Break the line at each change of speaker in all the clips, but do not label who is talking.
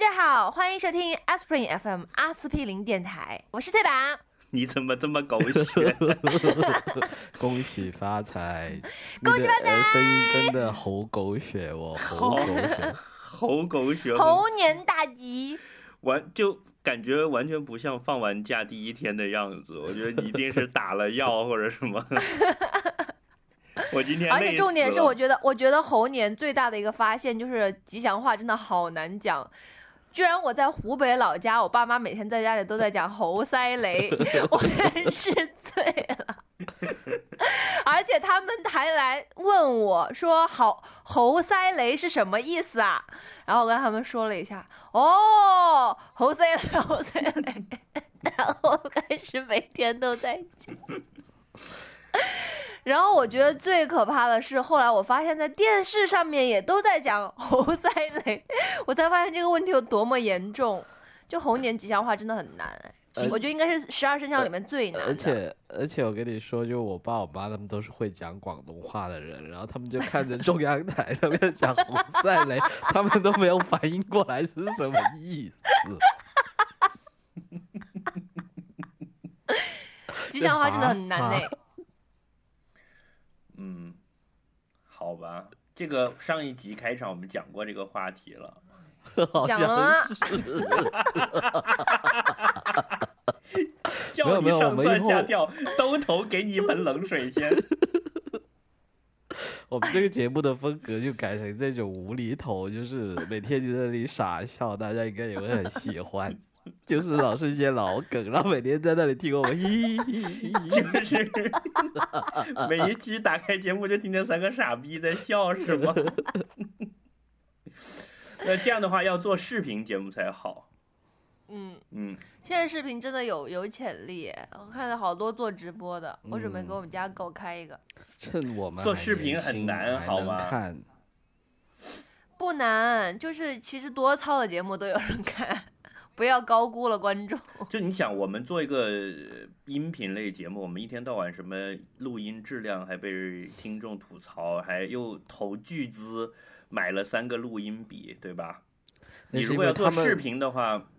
家好，欢迎收听 Aspirin FM 阿司匹林电台，我是翠达。
你怎么这么狗 血？
恭喜发 财！
恭喜发
你的呃声音真的好狗血 哦，好狗血！
好狗血，
猴年大吉！
完就感觉完全不像放完假第一天的样子。我觉得你一定是打了药或者 什么。我今天
而
累
且
死
重点是，
了
我觉得，我觉得猴年最大的一个发现就是吉祥话真的好难讲。居然我在湖北老家，我爸妈每天在家里都在讲猴塞 雷，我真是醉了。而且他们还来问我说：“好，猴塞雷是什么意思啊？”然后我跟他们说了一下，哦，猴塞雷，猴塞雷。然后开始每天都在讲。 然后我觉得最可怕的是，后来我发现，在电视上面也都在讲猴塞雷，我才发现这个问题有多么严重。就猴年吉祥话真的很难、哎
呃
我觉得应该是十二生肖里面最难的。
而且而且我跟你说，就我爸我妈他们都是会讲广东话的人，然后他们就看着中央台那边讲红赛 雷，他们都没有反应过来是什么意思。
吉祥话真的很难
呃
哎、
嗯，好吧，这个上一集开场我们讲过这个话题了，
好
讲了吗
像
叫
是没有
你
没有我
上
们
蹿
以后
下跳，兜头给你一盆冷水先。
我们这个节目的风格就改成这种无厘头，就是每天就在那里傻笑，大家应该也会很喜欢。就是老是一些老梗，然后每天在那里听我们嘻嘻嘻嘻嘻。
就是每一期打开节目就听见三个傻逼在笑，是吗？ 那这样的话要做视频节目才好。
嗯，
嗯，
现在视频真的有有潜力、哎我看了好多做直播的，我准备给
嗯
我们家狗开一个。
趁我们
做
还
视频
年
很
轻
难
还
好
能
吗
看
不难，就是其实多糙的节目都有人看，不要高估了观众。
就你想，我们做一个呃音频类节目，我们一天到晚什么录音质量还被听众吐槽，还又投巨资买了三个录音笔，对吧？
那
你
是
如
因
果
为
要做
他们
视频的话，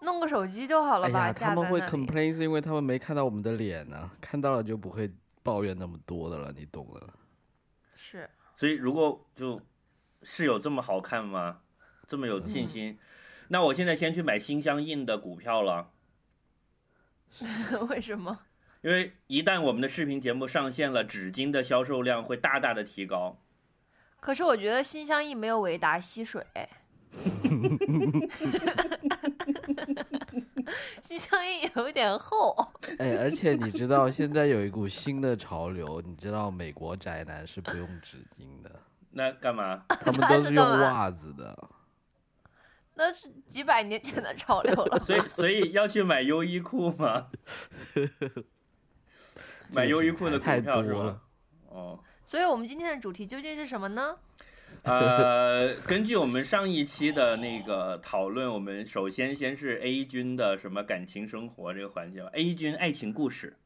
弄个手机就好了
哎
吧？
呀，
架
他
在
们会
那里
complain 是因为他们没看到我们的脸呢、看到了就不会抱怨那么多的了，你懂的了。
是
所以如果就是有这么好看吗？这么有信心？那我现在先去买心相印的股票了，
为什么？
因为一旦我们的视频节目上线了，纸巾的销售量会大大的提高。
可是我觉得新相印没有维达吸 水。新相印有点厚，
哎，而且你知道现在有一股新的潮流，你知道美国宅男是不用纸巾的，
那干嘛？
他们
他
都
是
是
干
用
嘛
袜子的。
那是几百年前的潮流了。
所以所以要去买优衣库吗？ 买优衣库的股
太多
票是
了
吧？。哦，
所以我们今天的主题究竟是什么呢？
呃，根据我们上一期的那个讨论，我们首先先是 A 君的什么感情生活这个环节吧，A 君爱情故事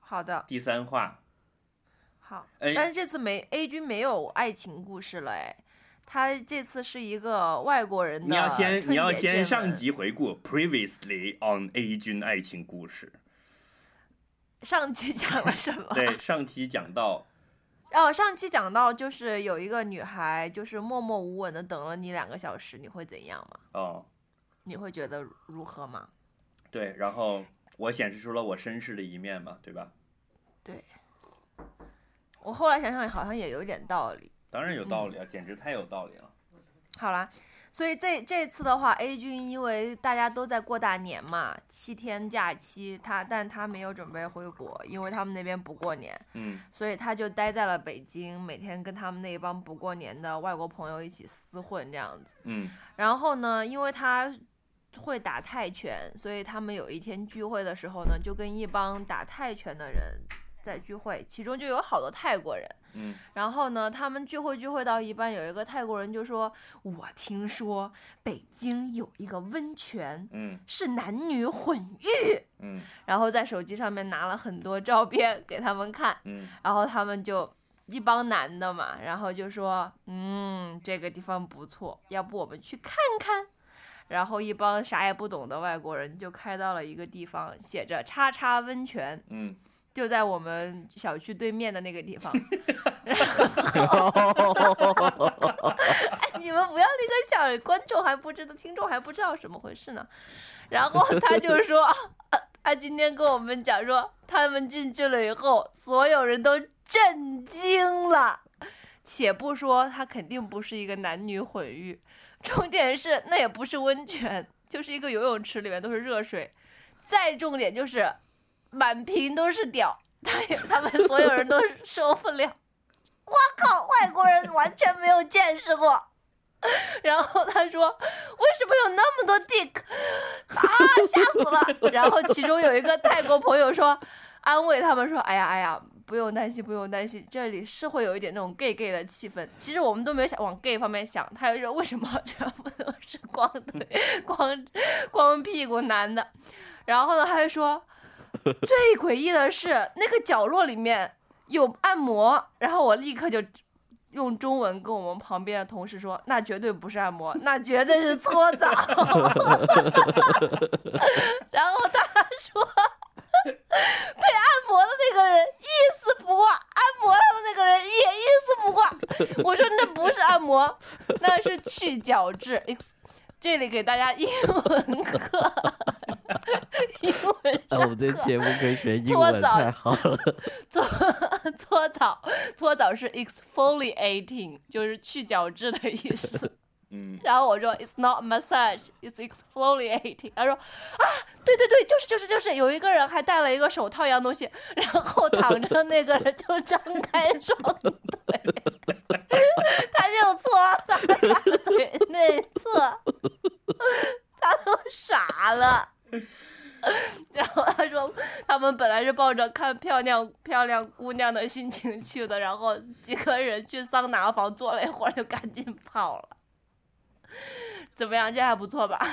好的，
第三话，
好，
哎
但是这次没 A 君没有爱情故事了，哎，他这次是一个外国人的
你要先
春
你要
节
先
见
上
闻
集回顾 previously on A 君爱情故 事，
上集讲了什么？
对，上期讲到，
哦，上期讲到就是有一个女孩，就是默默无闻的等了你两个小时，你会怎样吗？
哦，
你会觉得如何吗？
对，然后我显示出了我绅士的一面嘛，对吧？
我后来想想，好像也有点道理。
当然有道
嗯
理啊，简直太有道理了。
好啦，所以这这次的话，A 君因为大家都在过大年嘛，七天假期，他但他没有准备回国，因为他们那边不过年，
嗯，
所以他就待在了北京，每天跟他们那一帮不过年的外国朋友一起厮混这样子。
嗯
然后呢，因为他会打泰拳，所以他们有一天聚会的时候呢，就跟一帮打泰拳的人在聚会，其中就有好多泰国人。
嗯，
然后呢，他们聚会聚会到一半，有一个泰国人就说：“我听说北京有一个温泉
嗯
是男女混浴。
嗯”
然后在手机上面拿了很多照片给他们看，
嗯
然后他们就一帮男的嘛，然后就说，嗯，这个地方不错，要不我们去看看。然后一帮啥也不懂的外国人就开到了一个地方，写着“叉叉温泉
嗯，”，
就在我们小区对面的那个地方。你们不要那个小观众还不知道，听众还不知道怎么回事呢。然后他就说， 啊他今天跟我们讲说，他们进去了以后，所有人都震惊了。且不说他肯定不是一个男女混浴，重点是那也不是温泉，就是一个游泳池，里面都是热水。再重点就是，满屏都是屌，他也他们所有人都受不了。我靠，外国人完全没有见识过。然后他说：“为什么有那么多 dick 啊？吓死了！”然后其中有一个泰国朋友说，安慰他们说：“哎呀哎呀，不用担心，不用担心，这里是会有一点那种 gay gay 的气氛。其实我们都没有想往 gay 方面想，他就说为什么全部都是光腿、 光光屁股男的？然后呢，他就说，最诡异的是那个角落里面有按摩，然后我立刻就用中文跟我们旁边的同事说：“那绝对不是按摩，那绝对是搓澡。” 然后他说，被按摩的那个人一丝不挂，按摩他的那个人也一丝不挂。 我说那不是按摩，那是去角质。Ex- 这里给大家英文课， 英文
哎，我们
上
这
课。
节目可以学英
搓
文，
澡
太好了。
搓 搓澡，搓澡是 exfoliating，就是去角质的意思。
嗯，
然后我说 it's not massage, it's exfoliating。他说 啊，对对对，就是就是就是，有一个人还戴了一个手套一样东西，然后躺着那个人就张开双腿， 他就搓他的腿内侧， 他都傻了。然后他说，他们本来是抱着看漂亮漂亮姑娘的心情去的，然后几个人去桑拿房坐了一会儿，就赶紧跑了。怎么样？这还不错吧？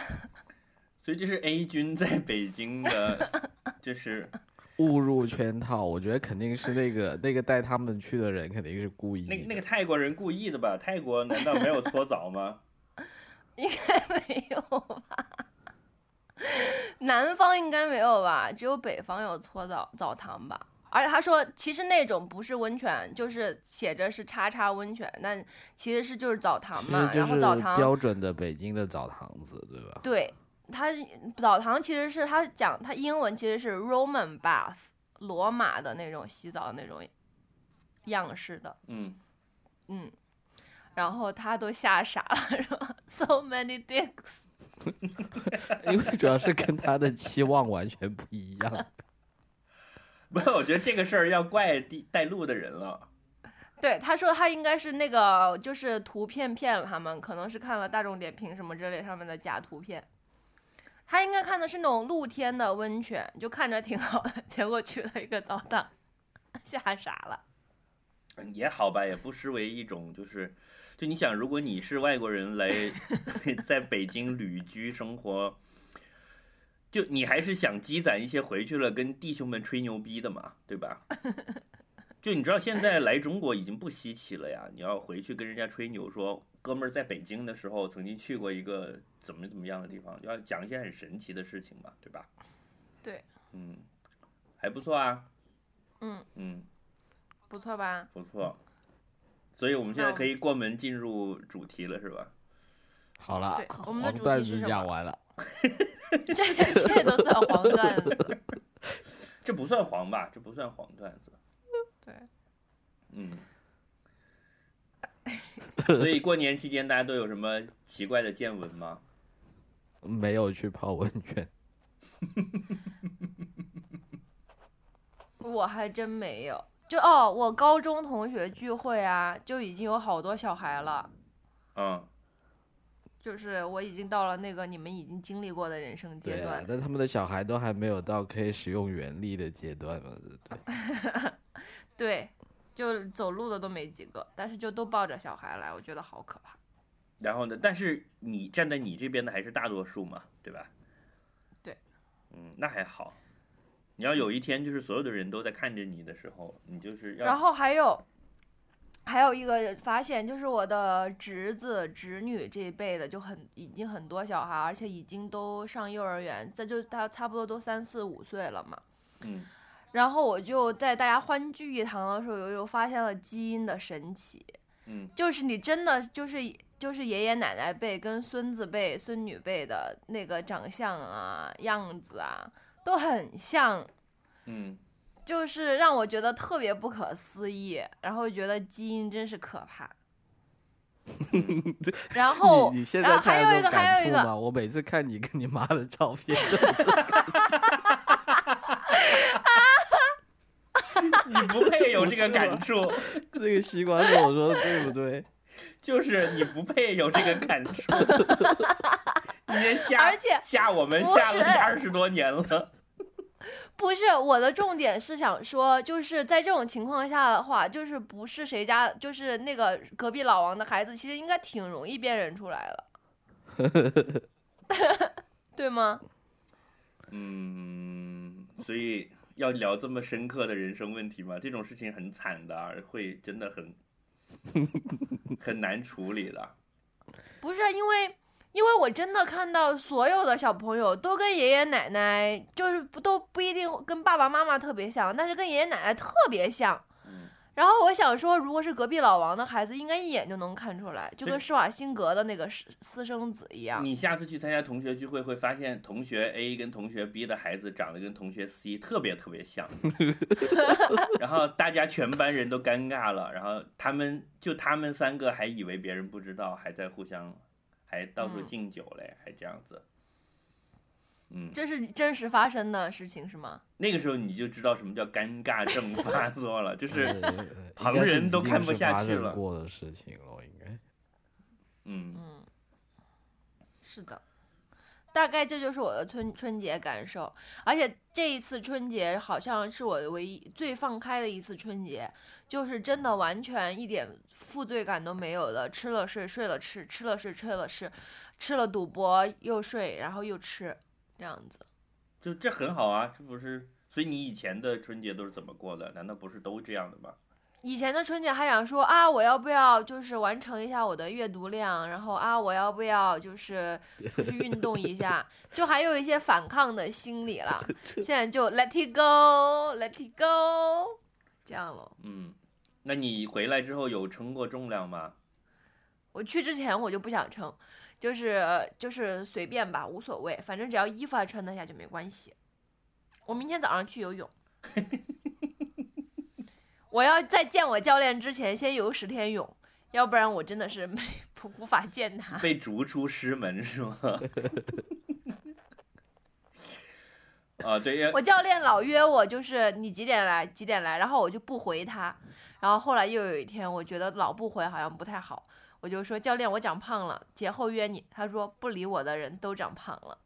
所以这是 A 君在北京的， 就是
误入圈套，我觉得肯定是那个那个带他们去的人肯定是故意的。
那那个泰国人故意的吧？泰国难道没有搓 澡吗？
应该 没有吧？南方应该没有吧？只有北方有搓澡澡堂吧？而且他说，其实那种不是温泉，就是写着是叉叉温泉，那其实是就是澡堂
其
嘛。
实就
然后
是
澡堂
标准的北京的澡堂子，对吧？
对，它澡堂其实是它讲它英文其实是 Roman bath，罗马的那种洗澡的那种样式的，
嗯，
嗯。然后他都吓傻了，说 so many dicks，
因为主要是跟他的期望完全不一 样。
不，我觉得这个事儿要怪地带路的人了。
对，他说他应该是那个，就是图片骗了他们，可能是看了大众点评什么之类上面的假图片。他应该看的是那种露天的温泉，就看着挺好的，结果去了一个澡堂，吓傻了。
嗯也好吧，也不失为一种就是，就你想，如果你是外国 人来在北京旅居生活，就你还是想积攒一些回去了跟弟兄们吹牛逼的嘛，对吧？ 就你知道现在来中国已经不稀奇了呀，你要回去跟人家吹牛说，哥们儿在北京的时候曾经去过一个怎么怎么样的地方，要讲一些很神奇的事情嘛，对吧？
对，
嗯，还不错啊，
嗯，
嗯。
不错吧？
不错，所以我们现在可
嗯
以过门进入主题了，是吧？
好了
对，我们的
黄
主题
段
是
子
什
讲
么
完了，
这这都算黄段子。
这不算黄吧？这不算黄段子。
对，
嗯。所以过年期间大家都有什么奇怪的见闻吗？
没有去泡温泉。
我还真没有。就哦，我高中同学聚会啊，就已经有好多小孩了，
嗯，
就是我已经到了那个你们已经经历过的人生阶
对
段
啊，。但他们的小孩都还没有到可以使用原力的阶段嘛，对不对？
对，就走路的都没几个，但是就都抱着小孩来，我觉得好可怕。
然后呢？但是你站在你这边的还是大多数嘛，对吧？
对。
嗯，那还好。你要有一天就是所有的人都在看着你的时候，你就是要
然后还有，还有一个发现就是我的侄子、侄女这一辈的就很已经很多小孩，而且已经都上幼儿园，这就他差不多都三四五岁了嘛。
嗯，
然后我就在大家欢聚一堂的时候，有一种发现了基因的神奇，
嗯，
就是你真的就是就是爷爷奶奶辈跟孙子辈、孙女辈的那个长相啊、样子啊都很像，
嗯，
就是让我觉得特别不可思议，然后觉得基因真是可 怕。然后
你你现
然哦
在
啊后还
才
有一
有
个还有
感
一
触
个
吗？我每次看你跟你妈的照片，
你不配有这个感 触，
这个西瓜是我说的对不对？
就是你不配有这个感触。你这吓，
而且
吓我们
不
吓
是
了二十多年了。
不是我的重点是想说，就是在这种情况下的话，就是不是谁家，就是那个隔壁老王的孩子，其实应该挺容易辨认出来了， 对吗？
嗯，所以要聊这么深刻的人生问题吗？这种事情很惨的啊，会真的很 很难处理的。
不是因为，因为我真的看到所有的小朋友都跟爷爷奶奶，就是不都不一定跟爸爸妈妈特别像，但是跟爷爷奶奶特别像。
嗯，
然后我想说，如果是隔壁老王的孩子，应该一眼就能看出来，就
对
跟施瓦辛格的那个私私生子一样。
你下次去参加同学聚会，会发现同学 A 跟同学 B 的孩子长得跟同学 C 特别特别像，然后大家全班人都尴尬了，然后他们就他们三个还以为别人不知道，还在互相还到处
嗯
敬酒嘞，还这样子。嗯，
这是真实发生的事情是吗？
那个时候你就知道什么叫尴尬症发作了，就是
呃呃
旁
应该是
人都
一定
看不
是
下
发
去
生
了
过的事情了，应该。
嗯
嗯，是的，大概这就是我的春春节感受。而且这一次春节好像是我唯一最放开的一次春节，就是真的完全一点负罪感都没有的，吃了睡，睡了吃，吃了睡，睡了吃，吃了赌博又睡，然后又吃，这样子。
就这很好啊，这不是？所以你以前的春节都是怎么过的？难道不是都这样的吗？
以前的春节还想说啊，我要不要就是完成一下我的阅读量，然后啊，我要不要就是出去运动一下，就还有一些反抗的心理了。现在就 let it go，let it go，这样了。
嗯，那你回来之后有称过重量吗？
我去之前我就不想称，就是就是随便吧，无所谓，反正只要衣服还穿得下就没关系。我明天早上去游泳，我要在见我教练之前先游十天泳，要不然我真的是没无法见他。
被逐出师门是吗？ 啊，对呀，
我教练老约我，就是你几点来，几点来，然后我就不回他。然后后来又有一天，我觉得老不回好像不太好，我就说教练，我长胖了，节后约你。他说不理我的人都长胖了，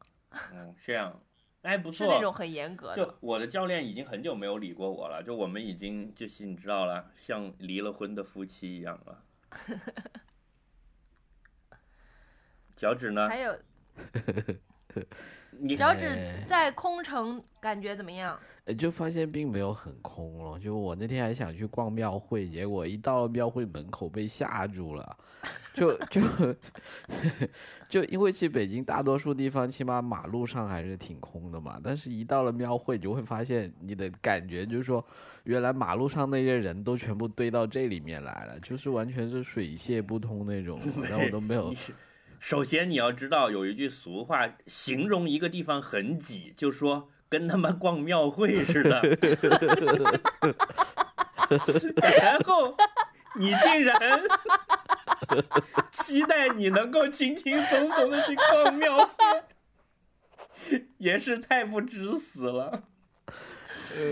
嗯，这样，哎，不
是那种
错。
很严格的
就。我的教练已经很久没有理过我了，就我们已经就是你知道了，像离了婚的夫妻一样 了。脚趾呢
还？有
你
脚趾
哎
在空城感觉怎么样？
呃就发现并没有很空了。就我那天还想去逛庙会，结果一到了庙会门口被吓住了。就就 就因为其实北京大多数地方，起码马路上还是挺空的嘛。但是，一到了庙会，你就会发现你的感觉就是说，原来马路上那些人都全部堆到这里面来了，就是完全是水泄不通那种。 然后我都没有
你，是首先你要知道有一句俗话，形容一个地方很挤，就说跟他妈逛庙会似的。 然后你竟然期待你能够轻轻松松的去逛庙会，也是太不知死了。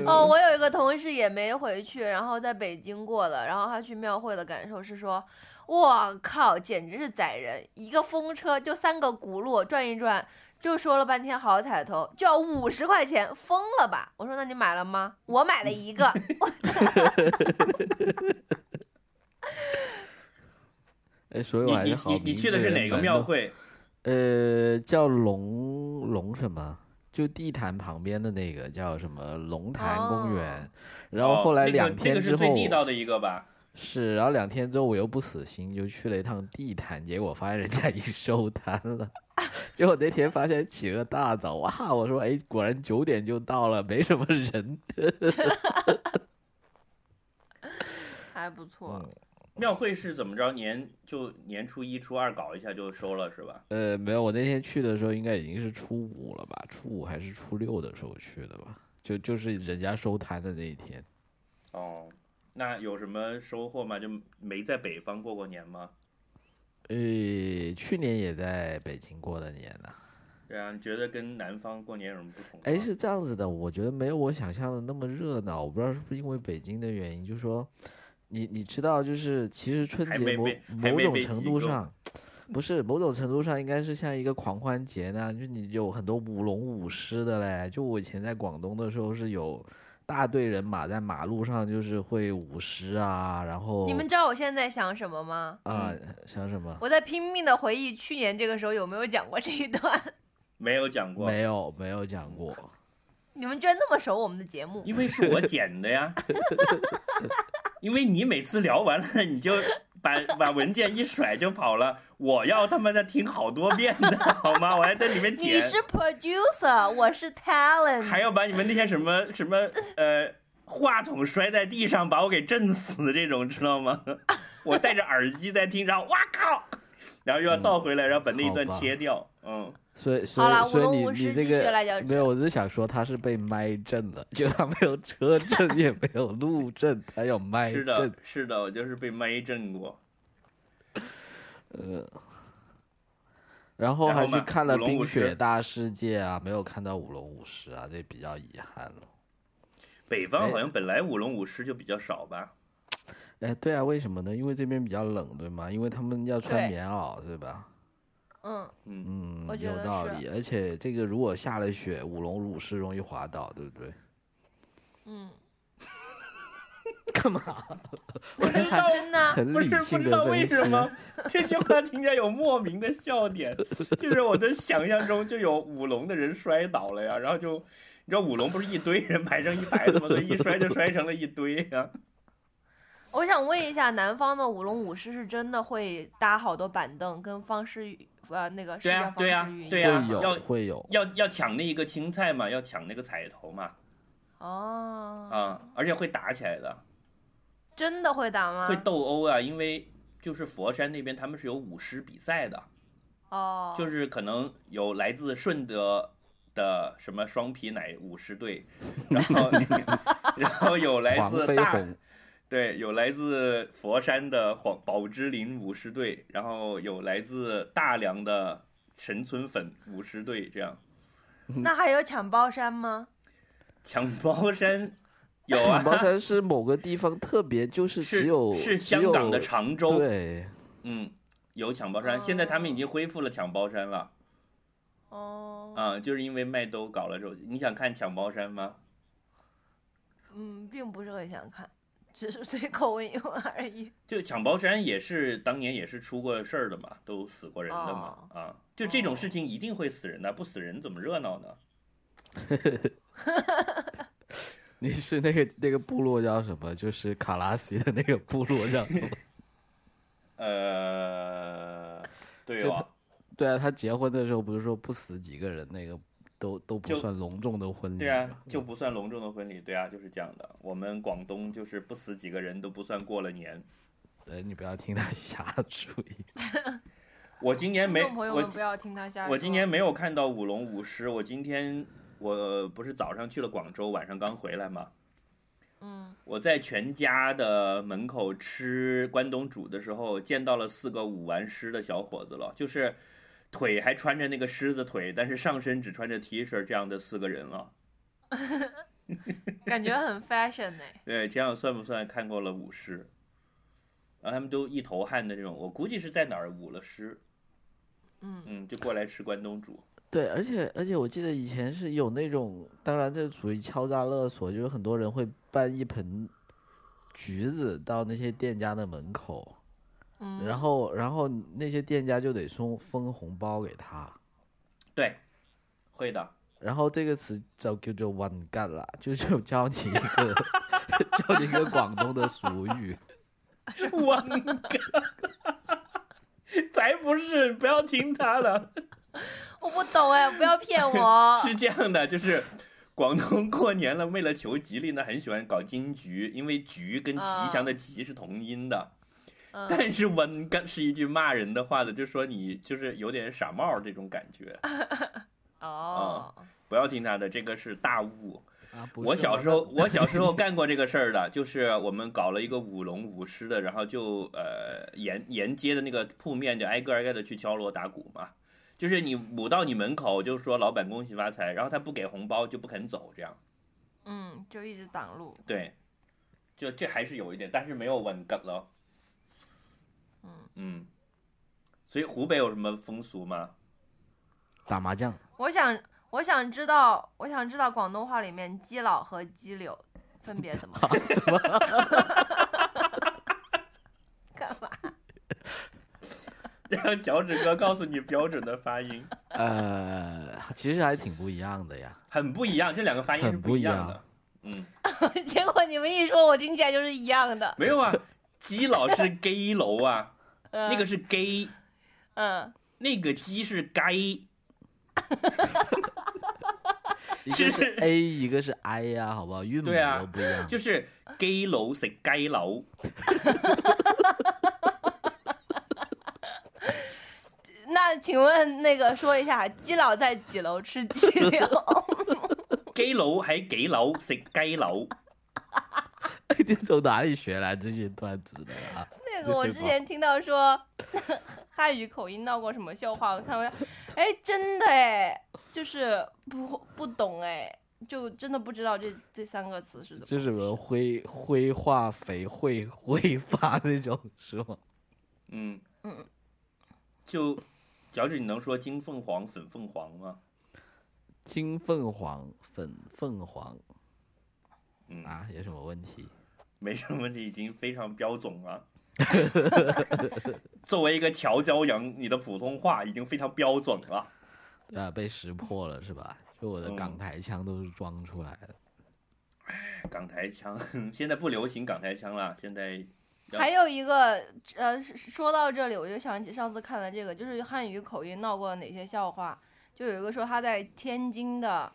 哦，我有一个同事也没回去，然后在北京过的，然后他去庙会的感受是说，我靠，简直是宰人！一个风车就三个轱辘转一转，就说了半天好彩头，就要五十块钱，疯了吧？我说那你买了吗？我买了一个，
哎，所以
你
我还是
你
好
你你
明
去的
智
是哪
人
个
们
庙
都
会？
呃，叫龙龙什么？就地坛旁边的那个叫什么龙潭公园。然后
哦
后来
那个
两
哦那
天
个
之
是
后，
最地道的一个吧？
是，然后两天之后我又不死心，就去了一趟地坛，结果发现人家已经收摊了。 结果那天发现起了大早，哇！我说，哎，果然九点就到了，没什么人。
还不
嗯
错。
庙会是怎么着？年就年初一、初二搞一下就收了是吧？
呃，没有，我那天去的时候应该已经是初五了吧？初五还是初六的时候去的吧？就就是人家收摊的那一天。
哦，那有什么收获吗？就没在北方过过年吗？
呃，去年也在北京过的年呐、
对啊，你觉得跟南方过年有什么不同吗？
哎，是这样子的，我觉得没有我想象的那么热闹。我不知道是不是因为北京的原因，就是说，你你知道，就是其实春
还
节
没
某
被还
某
没
种
被
程
挤
度
够
上， 不是某种程度上应该是像一个狂欢节呢，就是你有很多舞龙舞狮的嘞。就我以前在广东的时候是有大队人马在马路上，就是会舞狮啊，然后
你们嗯知道我现在在想什么吗？
啊、想什么？
我在拼命的回忆去年这个时候有没有讲过这一段。
没有讲过，
没有没有讲过。
你们居然那么熟我们的节目，
因为是我剪的 呀。因为你每次聊完了，你就把把文件一甩就跑了。我要他妈的听好多遍的好吗？我还在里面
你
剪，
是 producer，我是 talent。
还要把你们那些什么什么呃话筒摔在地上把我给震死这种，知道吗？ 我戴着耳机在听，然后哇靠，然后又要倒回来，然后把那一段
好吧
切掉。嗯，
所以，
好
所
啦
以，所
舞龙
以
舞
你
狮
你这
继续来
个
讲
没有，我是想说他是被麦震了，就他没有车震，也没有路震，他有麦
是
震
的。，是的，我就是被麦震过。
呃，然后
然
还
后
去
嘛
看
舞
了
龙
冰
舞
雪
狮
大世界啊，没有看到舞龙舞狮啊，这比较遗憾了。
北方好像本来舞龙舞狮就比较少吧？
哎，对啊，为什么呢？因为这边比较冷，对吗？因为他们要穿
对
棉袄，对吧？
嗯，
嗯，
嗯
我，觉
有
得
道
是
理。而且这个如果下了雪，舞龙舞狮容易滑倒，对不对？
嗯，
干嘛？我
知
还
道
真的，
很
不
理
是不
性
知
的
道
分
为什
析
么这句话听起来有莫名的笑点，就是我的想象中就有舞龙的人摔倒了呀，然后就你知道舞龙不是一堆人排成一排的吗？所以一摔就摔成了一堆呀。
我想问一下，南方的舞龙舞狮是真的会搭好多板凳，跟方世玉呃那个是
对呀
叫
对呀
方世玉
对
一
哎呀
样
会
吗
要
有会有，
要要抢那一个青菜嘛，要抢那个彩头嘛，
哦，
啊，而且会打起来的，
真的会打吗？
会斗殴啊，因为就是佛山那边他们是有舞狮比赛的，
哦，
就是可能有来自顺德的什么双皮奶舞狮队，然后 然后有来
黄
自
飞
大
鸿
对有来自佛山的黄宝芝林舞狮队，然后有来自大良的神村粉舞狮队，这样
那还有抢包山吗？
抢包 山有
抢包
啊，
山是某个地方特别，就是只有
是是
只
香港的
有
常州，
对，
嗯，有抢包山，现在他们已经恢复了抢包山了
哦，
啊、就是因为麦兜搞了之后，你想看抢包山吗？
嗯，并不是很想看，只是随口问一问而已。
就抢包山也是当年也是出过事儿的嘛，都死过人的嘛，啊，就这种事情一定会死人的，不死人怎么热闹呢？
你是那个那个部落叫什么？就是卡拉西的那个部 落叫什么？
呃，对
就
哦，
对啊，他结婚的时候不是说不死几个人，那个都都不
就
算隆重的婚礼。
对啊，就不算隆重的婚礼，对啊，就是这样的。我们广东就是不死几个人都不算过了年。
哎，你不要听他瞎吹。
我今年
听
没
众朋友们
我
不要听他瞎说。
我今年没有看到舞龙舞狮，我今天我不是早上去了广州，晚上刚回来嘛，
嗯，
我在全家的门口吃关东煮的时候，见到了四个舞完狮的小伙子了，就是腿还穿着那个狮子腿，但是上身只穿着 T 恤这样的四个人了。
感觉很 fashion 呢、
对，这样算不算看过了舞狮？然后他们都一头汗的这种，我估计是在哪儿舞了狮，
嗯，
嗯，就过来吃关东煮。
对，而且而且我记得以前是有那种，当然这属于敲诈勒索，就是很多人会搬一盆橘子到那些店家的门口。
嗯，
然后然后那些店家就得送封红包给他，
对，会的，
然后这个词就叫做“弯 干啦”，就就教你一个教你一个广东的俗语。
我靠！才不是，不要听他了。
我不懂哎，不要骗我。
是这样的，就是广东过年了，为了求吉利呢，很喜欢搞金桔，因为桔跟吉祥的吉是同音的。
哦嗯
但是文干是一句骂人的话的，就说你就是有点傻帽这种感觉，
哦，
不要听他的，这个是大误。
啊，不
我
是
小
吗
时 候，我小时候干过这个事儿的，就是我们搞了一个舞龙舞狮的，然后就呃沿沿街的那个铺面就挨个挨个的去敲锣打鼓嘛，就是你舞到你门口就说老板恭喜发财，然后他不给红包就不肯走，这样
嗯，就一直挡路。
对，就这还是有一点，但是没有稳梗了，
嗯
嗯，所以湖北有什么风俗吗？
打麻将，
我想，我想知道，我想知道广东话里面“鸡佬”和“鸡柳”分别怎么说？ 干嘛？
让脚趾哥告诉你标准的发音，
呃，其实还挺不一样的呀。
很不一样，这两个发音是
很不
一
一
样
样
的，嗯。
结果你们一说，我听起来就是一样的。
没有啊， 基佬是 gay 楼啊，
嗯、
那个，是 gay，
嗯，
那个鸡是该，
一个是 A，一个是 I 呀、好不好？韵母
对啊
都不一样。
就是 gay 楼是该楼，
那请问那个说一下，鸡佬在几楼吃鸡柳？
gay 楼还给楼是该楼，
你从哪里学来这些段子的啊？
那个我之前听到说汉语口音闹过什么笑话，我看过，哎，真的哎，就是不不懂哎，就真的不知道这这三个词是怎么回事。
就什么灰灰化肥会挥发那种是吗？
嗯
嗯，
就脚趾，你能说金凤凰、粉凤凰吗？
金凤凰、粉凤凰
嗯，
啊，有什么问题？
没什么问题，已经非常标准 了。作为一个侨交人，你的普通话已经非常标准了。
对啊，被识破了是吧？就我的港台腔都是装出来的。
港台腔 现在不流行港台腔了，现在
还有一个，呃，是说到这里，我就想起上次看了这个，就是汉语口音闹过哪些笑话。就有一个说他在天津的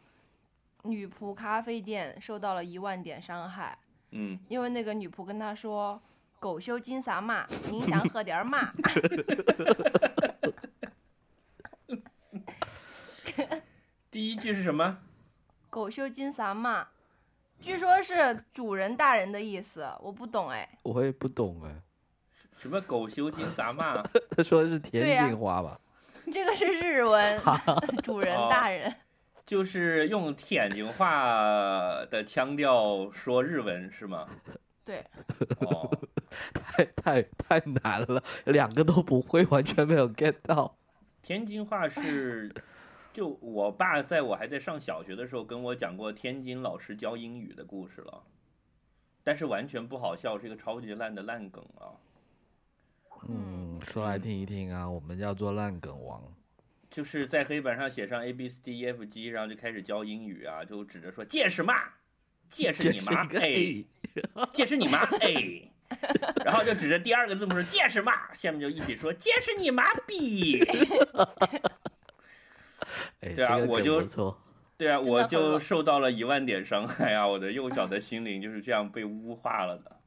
女仆咖啡店受到了一万点伤害，
嗯，
因为那个女仆跟他说：“狗修金啥嘛，您想喝点儿嘛？”
第一句是什么？
狗修金啥嘛，据说是主人大人的意思，我不懂哎。
我也不懂哎，
什么狗修金啥嘛？
他说的是
对
天
啊
呀
津话吧？
这个是日文，主人大人。
就是用天津话的腔调说日文是吗？
对，
哦，
太太太难了，两个都不会，完全没有 get 到。
天津话是，就我爸在我还在上小学的时候跟我讲过天津老师教英语的故事了，但是完全不好笑，是一个超级烂的烂梗啊。
嗯，说来听一听啊，我们要做烂梗王。
就是在黑板上写上 A B C D E F G，然后就开始教英语啊，就指着说借是嘛，借是你 妈，
个
哎。借是你妈，哎，然后就指着第二个字母说借是嘛，下面就一起说借是你妈逼。
哎，
对啊
这个
我
梗
就
不错。
对啊，
真的
我
很
就
冷
受到了一万点伤害啊！我的幼小的心灵就是这样被污化了的。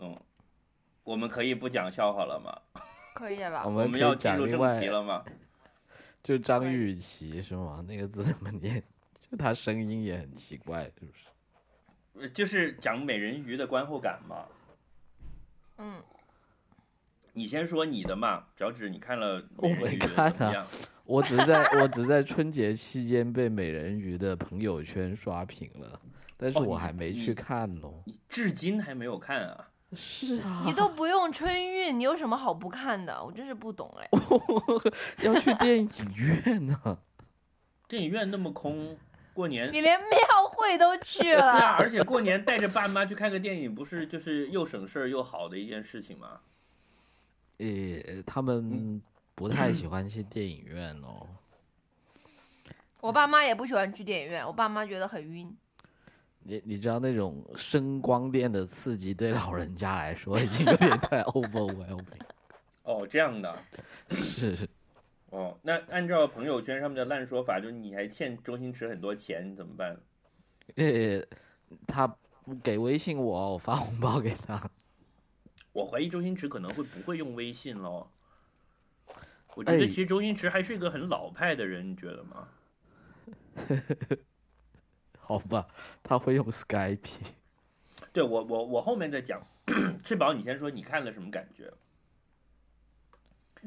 嗯，我们可以不讲笑话了吗？
可以
我
了，
我
们可
们
以
要进
讲
入
另
正
外
题，了吗？
就张
对
雨绮是吗？那个字怎么念？就她声音也很奇怪，是不是？
呃就是讲美人鱼的观后感嘛。
嗯，
你先说你的嘛，脚趾，你看了
我
美人
没
鱼
看
怎么
啊
样？
我只是在我只在春节期间被美人鱼的朋友圈刷屏了，但是
哦
我
你
还没
你
去看咯。
你至今还没有看啊？
是 啊，
你都不用春运，你有什么好不看的？我真是不懂哎。
要去电影院呢、
电影院那么空，过年
你连庙会都去
对啊，
了，
而且过年带着爸妈去看个电影，不是就是又省事儿又好的一件事情吗？
呃，他们不太喜欢去电影院哦。
我爸妈也不喜欢去电影院，我爸妈觉得很晕。
你你知道那种声光电的刺激对老人家来说已经有点太 overwhelming。
哦，这样的
是是，
哦，那按照朋友圈上面的烂说法，就是你还欠周星驰很多钱，你怎么办？
呃，他不给微信我，我发红包给他。
我怀疑周星驰可能会不会用微信咯。我觉得
哎
其实周星驰还是一个很老派的人，你觉得吗？
好吧，他会用 Skype。
对我我我后面再讲， 翠宝你先说你看了什么感觉？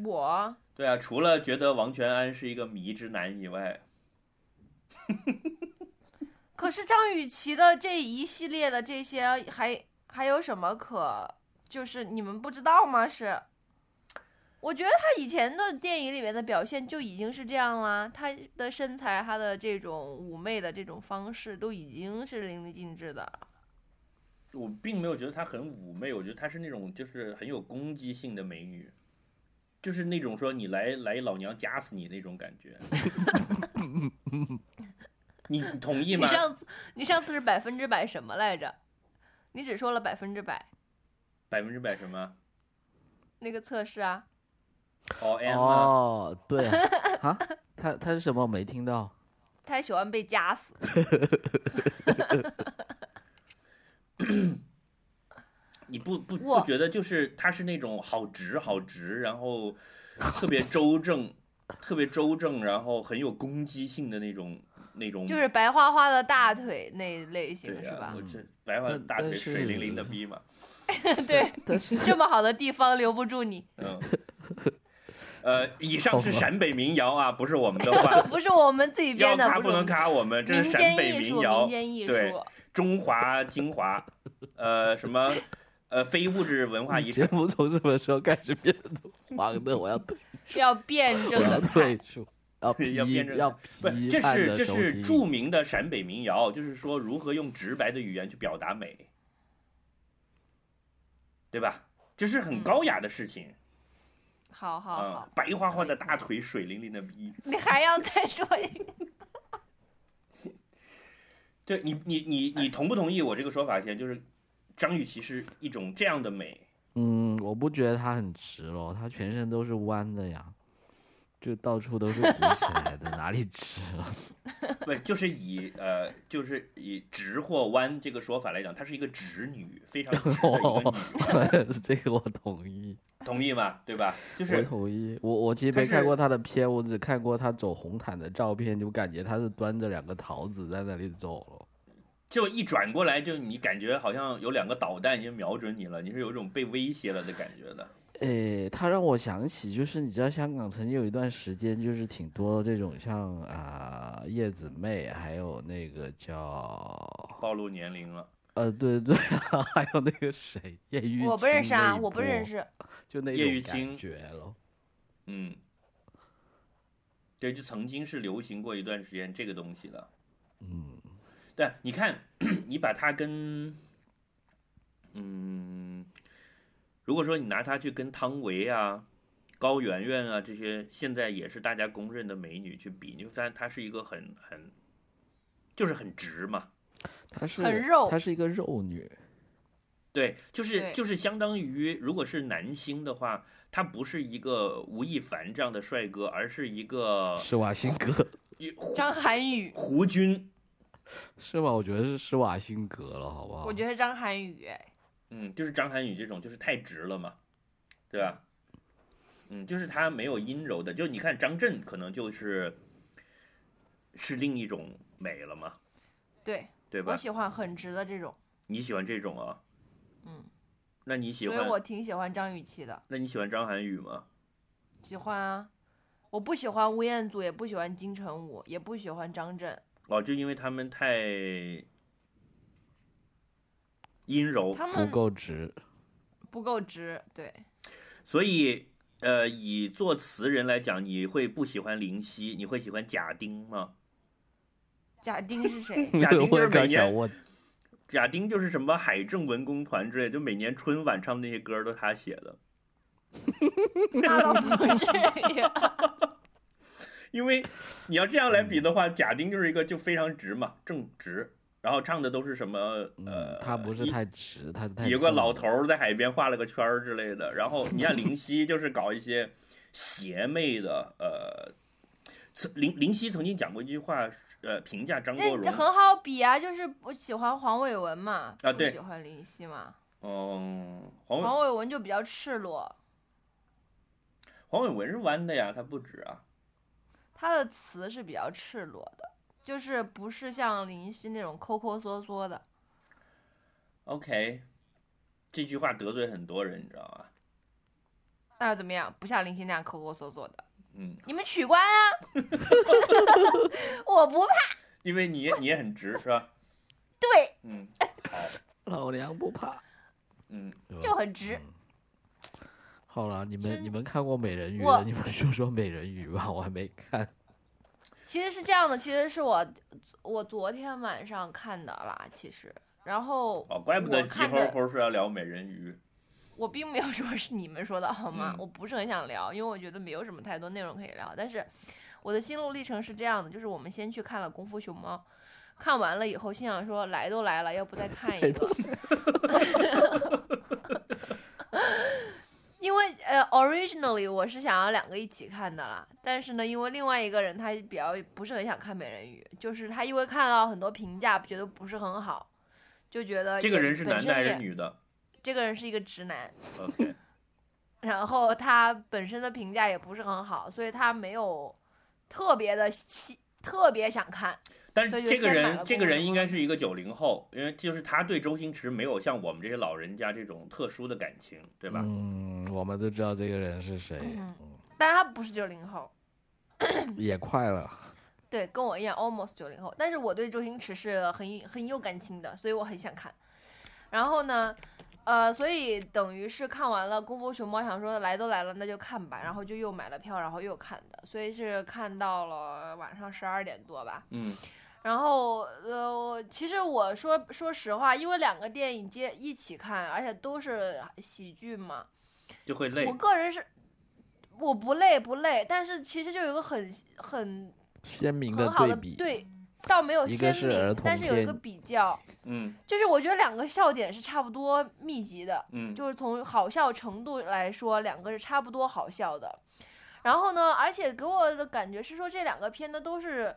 我
对啊，除了觉得王全安是一个迷之男以外，
可是张雨绮的这一系列的这些还还有什么可就是你们不知道吗？是，我觉得她以前的电影里面的表现就已经是这样啦，她的身材、她的这种妩媚的这种方式都已经是淋漓尽致的。
我并没有觉得她很妩媚，我觉得她是那种就是很有攻击性的美女，就是那种说你来来老娘夹死你那种感觉。你你同意
你
吗？
上次你上次是百分之百什么来着？你只说了百分之百
百分之百什么
那个测试啊，
？all M 吗？
哦，对啊，啊， 他他是什么？我没听到。
她喜欢被夹死。
你不不
我
不觉得就是她是那种好直好直，然后特别周正，特别周正，然后很有攻击性的那种那种，
就是白花花的大腿那一类型、
嗯对
是
呀、
吧
我？这白花
但
大腿
但是
水灵灵的逼嘛，
对，
但是
这么好的地方留不住你，，
嗯。呃，以上是陕北民谣啊，不是我们的话
不是我们自己
要
编的，
卡
是
不
我
能
们
卡我们，这
民
是陕北
间艺术，
民
民
谣，
间艺
对
术。
中华精华，呃，什么，呃，非物质文化遗
节
产，
目从什么时候开始变成黄的？我要退，
是要辩
我
证
要
的看
退，出，要批
要变成
要
不，
批
这
判
是
的
这
收
是
听
著名的陕北民谣，就是说如何用直白的语言去表达美，对吧？这是很
嗯
高雅的事情
好好
啊
好，，嗯
白花花的大腿，水灵灵的逼。
你还要再说一遍？
对你，你你你同不同意我这个说法先？就是张雨绮是一种这样的美，
嗯，我不觉得他很直咯，他全身都是弯的呀，就到处都是鼓起来 的，哪里直了？
不就是以呃，就是以直或弯这个说法来讲，她是一个直女，非常直的一个
哦
女，
这个我同意，
同意吗？对吧？就
我
是
同意。我我其实
他
没看
是
过他的片，我只看过他走红毯的照片，就感觉他是端着两个桃子在那里走了。
就一转过来，就你感觉好像有两个导弹已经瞄准你了，你是有一种被威胁了的感觉的。
诶，他让我想起，就是你知道香港曾经有一段时间，就是挺多这种像啊、叶子妹，还有那个叫
暴露年龄了，
呃，对对 对、还有那个谁叶玉卿，
我不认识啊，我不认，识。
就那
叶
种
玉
感
卿
觉了。
嗯，对，就曾经是流行过一段时间这个东西的。
嗯，
对，你看， 你把它跟，嗯，如果说你拿它去跟汤唯啊、高圆圆啊这些现在也是大家公认的美女去比，你会发现她是一个很很，就是很直嘛。
她是
很肉
她是一个肉女，
对，就
对
是就是相当于，如果是男星的话，他不是一个吴亦凡这样的帅哥，而是一个
施瓦辛格
一胡
张涵予，
胡军。
是吗？我觉得是施瓦辛格了，好不好？
我觉得是张涵予，哎
嗯，就是张涵予这种，就是太直了嘛，对吧？嗯，就是他没有阴柔的，就你看张震可能就是是另一种美了嘛，
对
对
我
吧？
喜欢很直的这种，
你喜欢这种啊？
嗯，
那你喜
所以我
欢？
挺喜欢张雨绮的，
那你喜欢张涵予吗？
喜欢啊。我不喜欢吴彦祖，也不喜欢金城武，也不喜欢张震，
哦，就因为他们太阴柔，
他
不
们
够直。
不够直，对。
所以呃，以作词人来讲，你会不喜欢林夕？你会喜欢贾丁 吗？
贾丁是 谁？
贾玲就
我
是
也
每
刚
年
想问，
贾丁就是什么海政文工团之类，就每年春晚唱的那些歌都是他写的。
那倒不至于。
嗯
因为你要这样来比的话，贾丁就是一个就非常直嘛，正直，然后唱的都是什么呃
嗯，，他不是
一
太直，他是太
有个
重
老
的
头儿在海边画了个圈儿之类的。然后你像林夕，就是搞一些邪魅的，呃，曾林林夕曾经讲过一句话，呃，评价张国
哎这这
荣，
很好比啊，就是我喜欢黄伟文嘛，
啊
不
对
喜欢林夕嘛，
嗯，黄伟
黄伟文就比较赤裸，
黄伟文是弯的呀，他不直啊，
他的词是比较赤裸的，就是不是像林夕那种抠抠缩缩的。
OK，这句话得罪很多人，你知道吧？
那又怎么样？不像林夕那样抠抠缩缩的，
嗯，
你们取关 啊！ 我不怕，
因为你也你也很直，是吧？
对，
嗯
老娘不怕。
嗯，
就很直。
好了，你们
真
你们看过美人鱼
我
的？你们说说美人鱼吧，我还没看。
其实是这样的，其实是我我昨天晚上看的啦，其实，然后
哦，怪不得
我
急
看
吼
的
吼说要聊美人鱼，
我并没有说是你们说的好吗？
嗯
我不是很想聊，因为我觉得没有什么太多内容可以聊。但是我的心路历程是这样的，就是我们先去看了《功夫熊猫》，看完了以后心想说来都来了，要不再看 一个。 因为呃，originally 我是想要两个一起看的啦，但是呢，因为另外一个人他比较不是很想看美人鱼，就是他因为看到很多评价，觉得不是很好，就觉得
这个
也
人是
本
男
身
的还
也
是女的
这个人是一个直男，
？OK，
然后他本身的评价也不是很好，所以他没有特别的吸，特别想看。
但
所以就
是这个
先买
人
了
这
功
个
夫
人
熊
应
猫
该是一个九零后，因为就是他对周星驰没有像我们这些老人家这种特殊的感情，对吧？
嗯，我们都知道这个人是谁，嗯
嗯，但是他不是九零后，
也快了。
对，跟我一样，almost 九零后。但是我对周星驰是很很有感情的，所以我很想看。然后呢，呃，所以等于是看完了《功夫熊猫》，想说来都来了，那就看吧。然后就又买了票，然后又看的，所以是看到了晚上十二点多吧。
嗯，
然后呃，其实我说说实话，因为两个电影接一起看，而且都是喜剧嘛，
就会累
我。个人是我不累不累，但是其实就有一个很很
鲜明
很好
对
的
比，
对，倒没有
一个
鲜
是儿
明，但
童
是有一
片
个比较，
嗯
就是我觉得两个笑点是差不多密集的，
嗯，
就是从好笑程度来说，两个是差不多好笑的。然后呢，而且给我的感觉是说，这两个片呢都是，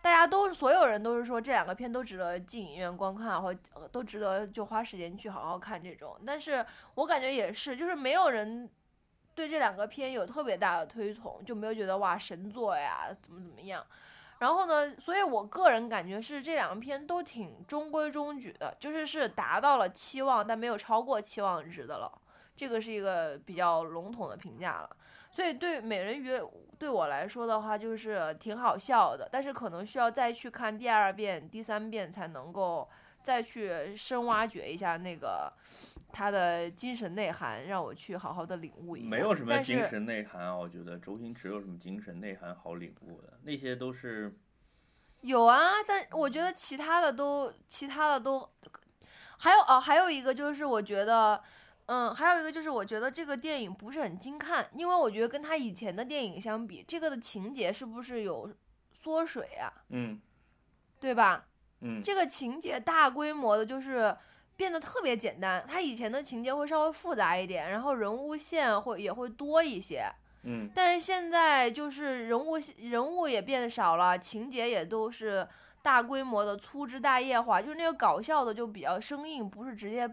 大家都所有人都是说这两个片都值得进影院观看，或呃都值得就花时间去好好看这种。但是我感觉也是，就是没有人对这两个片有特别大的推崇，就没有觉得哇神作呀，怎么怎么样。然后呢，所以我个人感觉是这两个片都挺中规中矩的，就是是达到了期望，但没有超过期望值的了。这个是一个比较笼统的评价了。所以对美人鱼对我来说的话，就是挺好笑的，但是可能需要再去看第二遍、第三遍才能够再去深挖掘一下那个它的精神内涵，让我去好好的领悟一下。
没有什么
但
精
是
神内涵啊，我觉得周星驰有什么精神内涵好领悟的？那些都是
有啊，但我觉得其他的都，其他的都，还有哦，还有一个就是我觉得，嗯，还有一个就是我觉得这个电影不是很精看，因为我觉得跟他以前的电影相比，这个的情节是不是有缩水啊？
嗯
对吧？
嗯
这个情节大规模的，就是变得特别简单。他以前的情节会稍微复杂一点，然后人物线会也会多一些。
嗯
但是现在就是人物人物也变少了，情节也都是大规模的粗枝大叶化，就是那个搞笑的就比较生硬，不是直接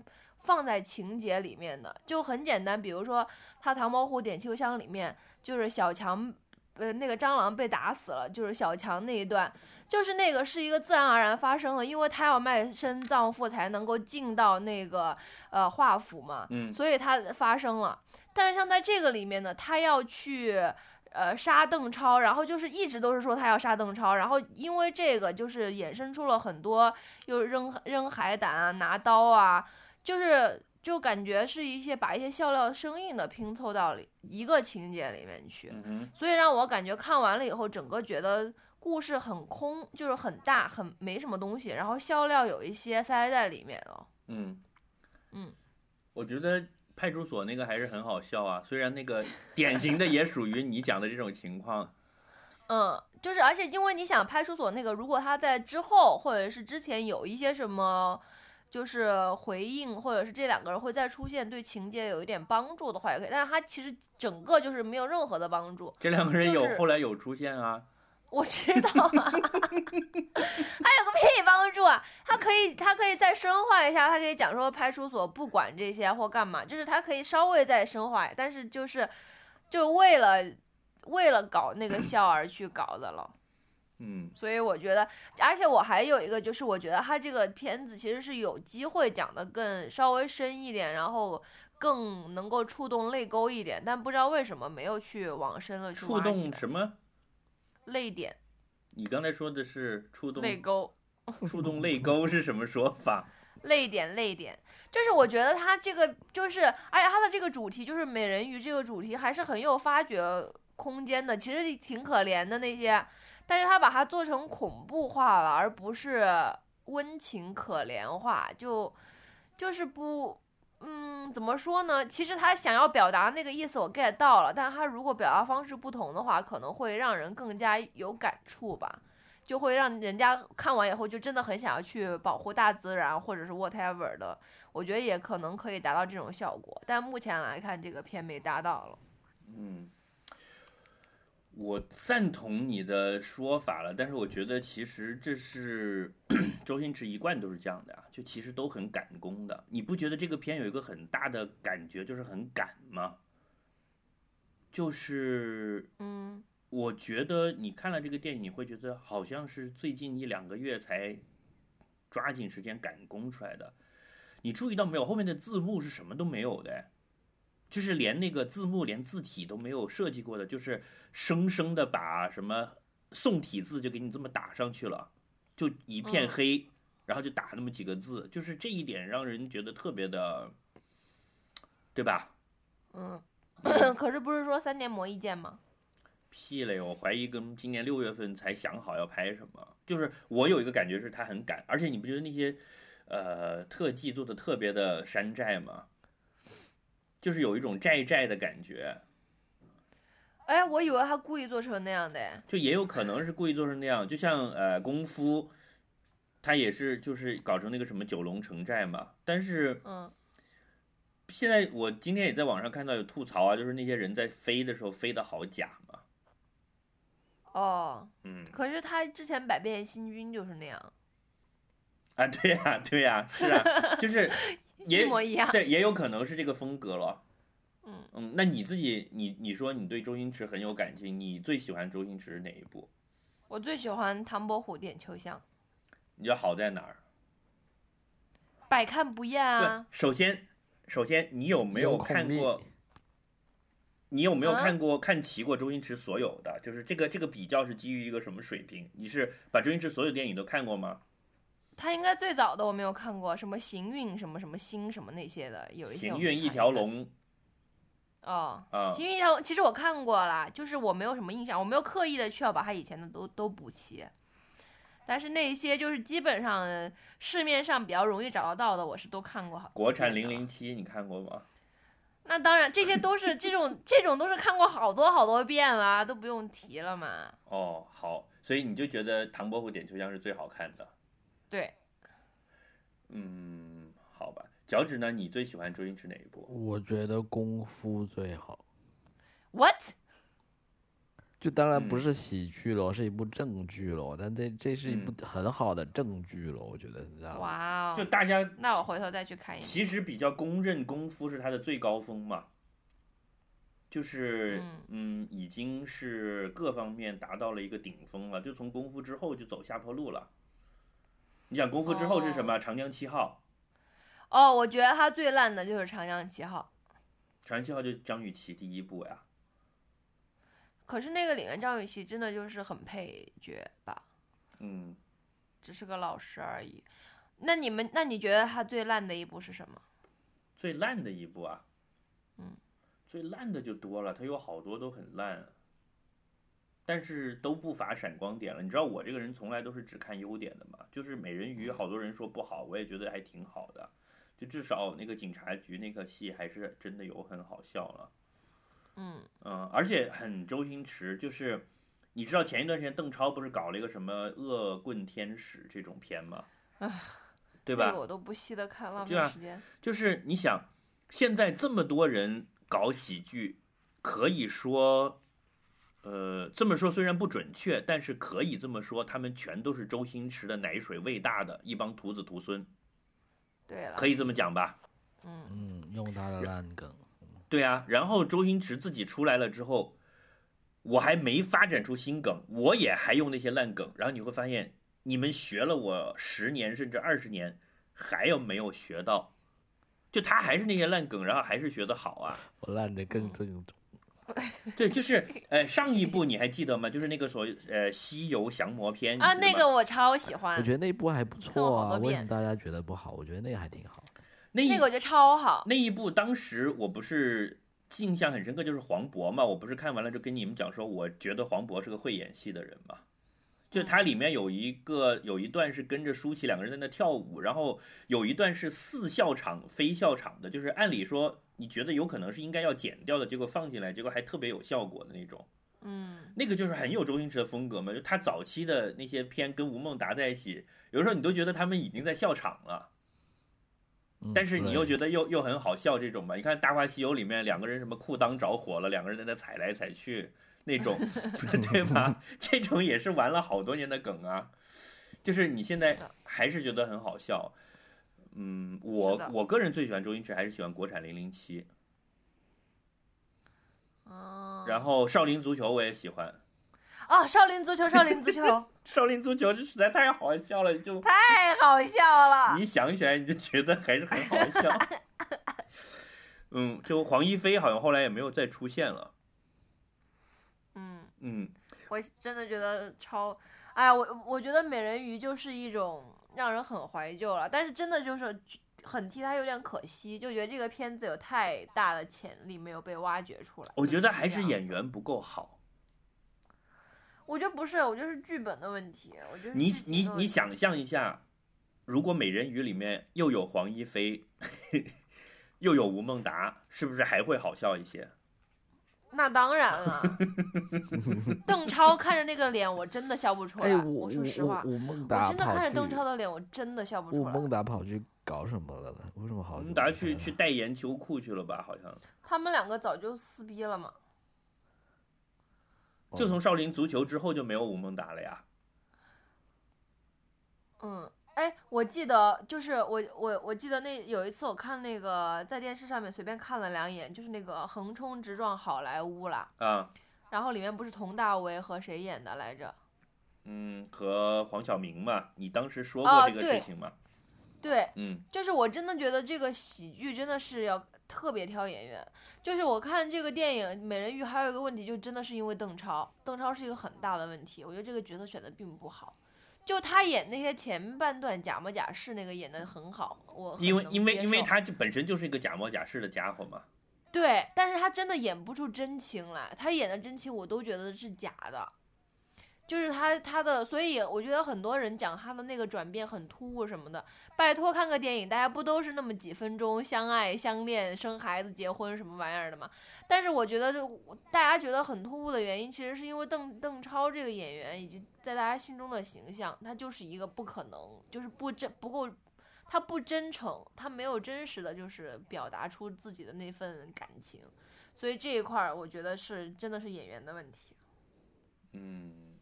放在情节里面的，就很简单。比如说他《唐伯虎点秋香》里面，就是小强。呃，那个蟑螂被打死了，就是小强那一段，就是那个是一个自然而然发生的，因为他要卖身葬父才能够进到那个呃华府嘛，
嗯
所以它发生了。但是像在这个里面呢，他要去呃杀邓超，然后就是一直都是说他要杀邓超，然后因为这个就是衍生出了很多又扔扔海胆啊、拿刀啊，就是就感觉是一些把一些笑料生硬的拼凑到里一个情节里面去，
嗯哼
所以让我感觉看完了以后，整个觉得。故事很空，就是很大，很没什么东西，然后笑料有一些塞在里面了。
嗯
嗯，
我觉得派出所那 个还是很好笑啊，虽然那个典型的也属于你讲的这种情况，
嗯，就是而且因为你想派出所那个，如果他在之后或者是之前有一些什么。就是回应，或者是这两个人会再出现，对情节有一点帮助的话也可以。但是他其实整个就是没有任何的帮助。
这两个人有、
就是
后来有出现啊，
我知道啊， 还有个屁帮助啊！他可以，他可以再深化一下，他可以讲说派出所不管这些或干嘛，就是他可以稍微再深化，但是就是就为了为了搞那个笑而去搞的了。
嗯，
所以我觉得，而且我还有一个就是，我觉得他这个片子其实是有机会讲的更稍微深一点，然后更能够触动泪沟一点，但不知道为什么没有去往深了去
触
挖
动
掘
什么？
泪点
你刚才说的是触动
泪沟。
触动泪沟是什么说法？
泪点泪点，就是我觉得他这个就是，而且他的这个主题就是美人鱼这个主题还是很有发掘空间的，其实挺可怜的那些，但是他把它做成恐怖化了，而不是温情可怜化，就就是不。嗯，怎么说呢？其实他想要表达那个意思，我 get 到了，但是他如果表达方式不同的话，可能会让人更加有感触吧。就会让人家看完以后就真的很想要去保护大自然，或者是 whatever 的。我觉得也可能可以达到这种效果，但目前来看，这个片没达到了。
嗯，我赞同你的说法了，但是我觉得其实这是 周星驰一贯都是这样的啊，就其实都很赶工的。你不觉得这个片有一个很大的感觉就是很赶吗？就是
嗯，
我觉得你看了这个电影，你会觉得好像是最近一两个月才抓紧时间赶工出来的。你注意到没有？后面的字幕是什么都没有的，就是连那个字幕连字体都没有设计过的，就是生生的把什么宋体字就给你这么打上去了，就一片
嗯
黑，然后就打那么几个字，就是这一点让人觉得特别的，对吧？
嗯， 可是不是说三年磨一剑吗？
屁嘞！我怀疑跟今年六月份才想好要拍什么，就是我有一个感觉是他很赶，而且你不觉得那些呃特技做的特别的山寨吗？就是有一种寨寨的感觉，
哎，我以为他故意做成那样的哎。
就也有可能是故意做成那样，就像呃功夫，他也是就是搞成那个什么九龙城寨嘛，但是
嗯
现在我今天也在网上看到有吐槽啊，就是那些人在飞的时候飞的好假嘛，
哦，
嗯，
可是他之前百变星君就是那样，
啊，对呀、对呀、是啊，就是
一
也
模一样。
对，也有可能是这个风格了。
嗯
嗯，那你自己，你你说你对周星驰很有感情，你最喜欢周星驰哪一部？
我最喜欢唐伯虎点秋香，
你觉得好在哪儿？
百看不厌啊。
对，首先，首先你有没有
遥控
看
力
过？你有没有
啊
看过、看齐过周星驰所有的？就是这个这个比较是基于一个什么水平？你是把周星驰所有电影都看过吗？
他应该最早的我没有看过，什么行运什么什么星什么那些的，有一些
行
我
运
没
一
看
条龙
哦，
啊、
行运一条龙其实我看过啦，就是我没有什么印象，我没有刻意的去要把它以前的都都补齐，但是那一些就是基本上市面上比较容易找得到的，我是都看过好。
国产
几遍
零
的了
零七你看过吗？
那当然，这些都是这种这种都是看过好多好多遍啦，都不用提了嘛。
哦，好，所以你就觉得唐伯虎点秋香是最好看的。
对，
嗯，好吧。脚趾呢？你最喜欢周星驰哪一部？
我觉得功夫最好，
What？
就当然不
嗯
是喜剧咯，是一部正剧咯，但这这是一部
嗯
很好的正剧咯，我觉得是这样。
哇
啊就
哦！
大家
那我回头再去看一眼。
其实比较公认《功夫》是他的最高峰嘛，就是嗯，已经是各方面达到了一个顶峰了。就从《功夫》之后就走下坡路了。你想《功夫》之后是什么？长江七号》，
哦，我觉得它最烂的就是《长江七号
《长江七号》就张雨绮第一部呀。》，
可是那个里面张雨绮真的就是很配角吧？
嗯，
只是个老师而已。那你们，那你觉得他最烂的一部是什么？
最烂的一部啊，
嗯，
最烂的就多了，它有好多都很烂，但是都不乏闪光点了。你知道我这个人从来都是只看优点的嘛，就是美人鱼，好多人说不好，我也觉得还挺好的，就至少那个警察局那个戏还是真的有很好笑了。
嗯
嗯，而且很周星驰，就是你知道前一段时间邓超不是搞了一个什么《恶棍天使》这种片吗？对吧？
这个我都不细的看了，没
对啊
时间。
就是你想，现在这么多人搞喜剧，可以说，呃，这么说虽然不准确，但是可以这么说，他们全都是周星驰的奶水喂大的一帮徒子徒孙，
对了，
可以这么讲吧？
嗯，
嗯，用他的烂梗，
对啊，然后周星驰自己出来了之后，我还没发展出新梗，我也还用那些烂梗，然后你会发现，你们学了我十年甚至二十年，还有没有学到？就他还是那些烂梗，然后还是学得好啊。
我烂的更正宗。
对，就是呃，上一部你还记得吗？就是那个所谓呃《西游降魔篇》
啊，
嗯你记
那
得吗
个我超喜欢
我，觉得那部还不
看
错
过好
啊，
多
为什
遍
么大家觉得不好？我觉得那个还挺好。
那一
那个我觉得超好。
那一部当时我不是印象很深刻，就是黄渤嘛，我不是看完了就跟你们讲说，我觉得黄渤是个会演戏的人嘛。就它里面有一个有一段是跟着舒淇两个人在那跳舞，然后有一段是似笑场非笑场的，就是按理说你觉得有可能是应该要剪掉的，结果放进来，结果还特别有效果的那种。
嗯，
那个就是很有周星驰的风格嘛，就他早期的那些片跟吴孟达在一起，有时候你都觉得他们已经在笑场了，
嗯
但是你又
对
觉得又又很好笑这种嘛。你看《大话西游》里面两个人什么裤裆着火了，两个人在那踩来踩去那 种，对吧？ 这种也是玩了好多年的梗啊，就是你现在
是的
还是觉得很好笑。嗯，
是
我
的
我个人最喜欢周星驰还是喜欢国产零零七，
哦，
然后少林足球我也喜欢。
啊，少林足球，少林 足球
少林足球这实在太好笑了，就
太好笑了
你。想起来你就觉得还是很好笑。嗯，就黄一飞好像后来也没有再出现了。
嗯，
嗯，
我真的觉得超，哎呀，我我觉得美人鱼就是一种让人很怀旧了，但是真的就是很替他有点可惜，就觉得这个片子有太大的潜力没有被挖掘出来。
我觉得还
这
是
样，
演员不够好。
我觉得不是，我觉得是剧本的问题，我觉得
你
嗯是剧
你
情的问
你
题
想象一下，如果《美人鱼》里面又有黄一飞， 又有吴孟达，是不是还会好笑一些？
那当然 了，邓超看着那个脸，我真的笑不出来。
哎，
我
我
说实
我
话，
我孟
我
达
真的
跑
看着邓
去
超的脸，我真的笑不
吴
出来
孟。达跑去搞什么了呢？为什么好
吴
久
孟达
没
去
看
去
了
代言秋裤去了吧？好像
他们两个早就撕逼了嘛。
哦
就从少林足球之后就没有吴孟达了呀。
嗯，哎，我记得就是我我我记得那有一次我看那个在电视上面随便看了两眼，就是那个《横冲直撞好莱坞》啦，
啊，
然后里面不是佟大为和谁演的来着？
嗯，和黄晓明嘛，你当时说过
啊
这个
对
事情嘛？
对，
嗯，
就是我真的觉得这个喜剧真的是要特别挑演员。就是我看这个电影《美人鱼》，还有一个问题，就真的是因为邓超，邓超是一个很大的问题。我觉得这个角色选的并不好，就他演那些前半段假模假式那个演的很好，我很
因为
能
因为
接
因为
受
他就本身就是一个假模假式的家伙嘛。
对，但是他真的演不出真情来，他演的真情我都觉得是假的，就是他他的，所以我觉得很多人讲他的那个转变很突兀什么的，拜托看个电影，大家不都是那么几分钟相爱、相恋、生孩子、结婚什么玩意儿的吗？但是我觉得就大家觉得很突兀的原因，其实是因为邓邓超这个演员以及在大家心中的形象，他就是一个不可能，就是不真不够他不真诚，他没有真实的就是表达出自己的那份感情，所以这一块儿我觉得是真的是演员的问题。
嗯，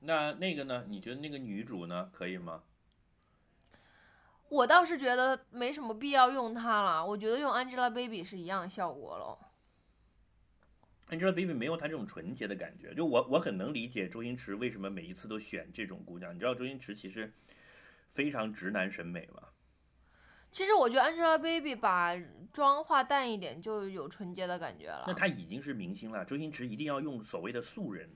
那那个呢？你觉得那个女主呢，可以吗？
我倒是觉得没什么必要用她了，我觉得用 Angelababy 是一样效果了。
Angelababy 没有她这种纯洁的感觉，就我我很能理解周星驰为什么每一次都选这种姑娘。你知道周星驰其实非常直男审美嘛，
其实我觉得 Angelababy 把妆化淡一点就有纯洁的感觉了
那。她已经是明星了，周星驰一定要用所谓的素人。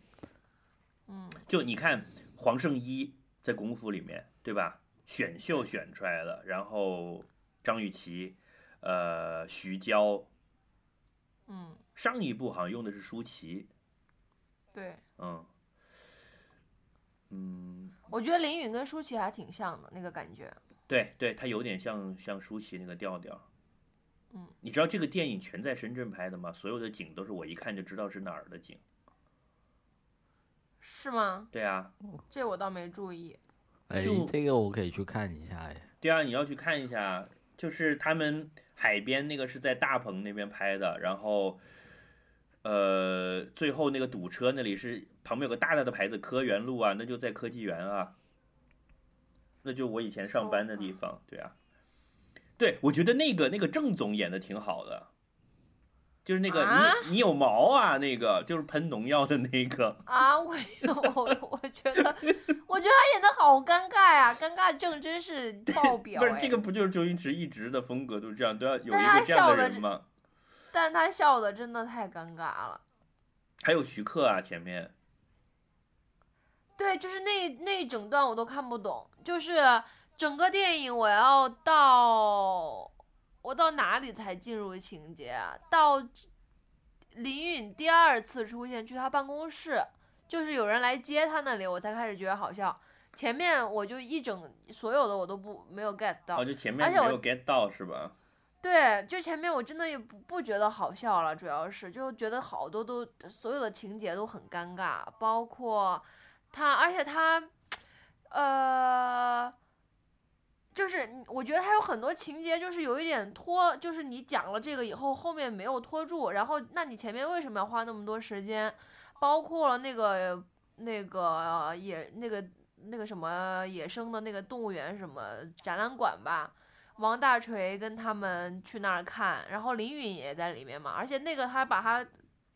嗯，
就你看黄圣依在《功夫》里面，对吧？选秀选出来的，然后张雨绮，呃，徐娇，
嗯，
上一部好像用的是舒淇，
对，
嗯，嗯，
我觉得林允跟舒淇还挺像的那个感觉。
对对，它有点像像舒淇那个调调。
嗯，
你知道这个电影全在深圳拍的吗？所有的景都是我一看就知道是哪儿的景。
是吗？
对啊，
这我倒没注意。
哎
就，
这个我可以去看一下哎。
对啊，你要去看一下，就是他们海边那个是在大鹏那边拍的，然后，呃，最后那个堵车那里是旁边有个大大的牌子“科园路”啊，那就在科技园啊，那就我以前上班的地
哦
方，对啊，对，我觉得那个那个郑总演的挺好的，就是那个你、
啊
你有毛啊，那个就是喷农药的那个，
啊，我我我觉得，我觉得他演的好尴尬呀、尴尬症真是爆 表、
不是
哎
这个不就是周星驰一直的风格都是这样，都要有一
但是他
个这样
笑
的
得
人
这
吗？
但他笑的真的太尴尬了。
还有徐克啊，前面。
对，就是那那一整段我都看不懂，就是整个电影我要到我到哪里才进入情节啊？到林允第二次出现去他办公室，就是有人来接他那里，我才开始觉得好笑。前面我就一整所有的我都不没有 get 到
哦，，就前面
而
没
且我
有 get 到是吧？
对，就前面我真的也不不觉得好笑了，主要是就觉得好多都所有的情节都很尴尬，包括他，而且他，呃，就是你我觉得他有很多情节就是有一点拖，就是你讲了这个以后，后面没有拖住，然后那你前面为什么要花那么多时间？包括了那个那个野那个那个什么野生的那个动物园什么展览馆吧，王大锤跟他们去那儿看，然后林允也在里面嘛，而且那个他把他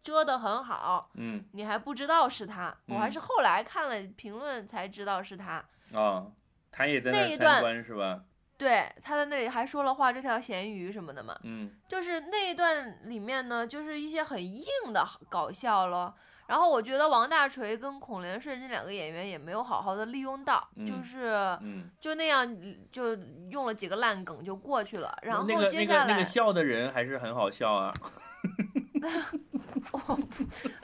遮得很好，
嗯
你还不知道是他，
嗯
我还是后来看了评论才知道是他。
啊、他也在那
那
儿
一
参
段
观是吧？
对，他在那里还说了画这条咸鱼什么的嘛，
嗯，
就是那一段里面呢，就是一些很硬的搞笑咯。然后我觉得王大锤跟孔连顺这两个演员也没有好好的利用到，
嗯
就是
嗯，
就那样就用了几个烂梗就过去了。然后
那个那
接
个
下来、
那个笑的人还是很好笑啊，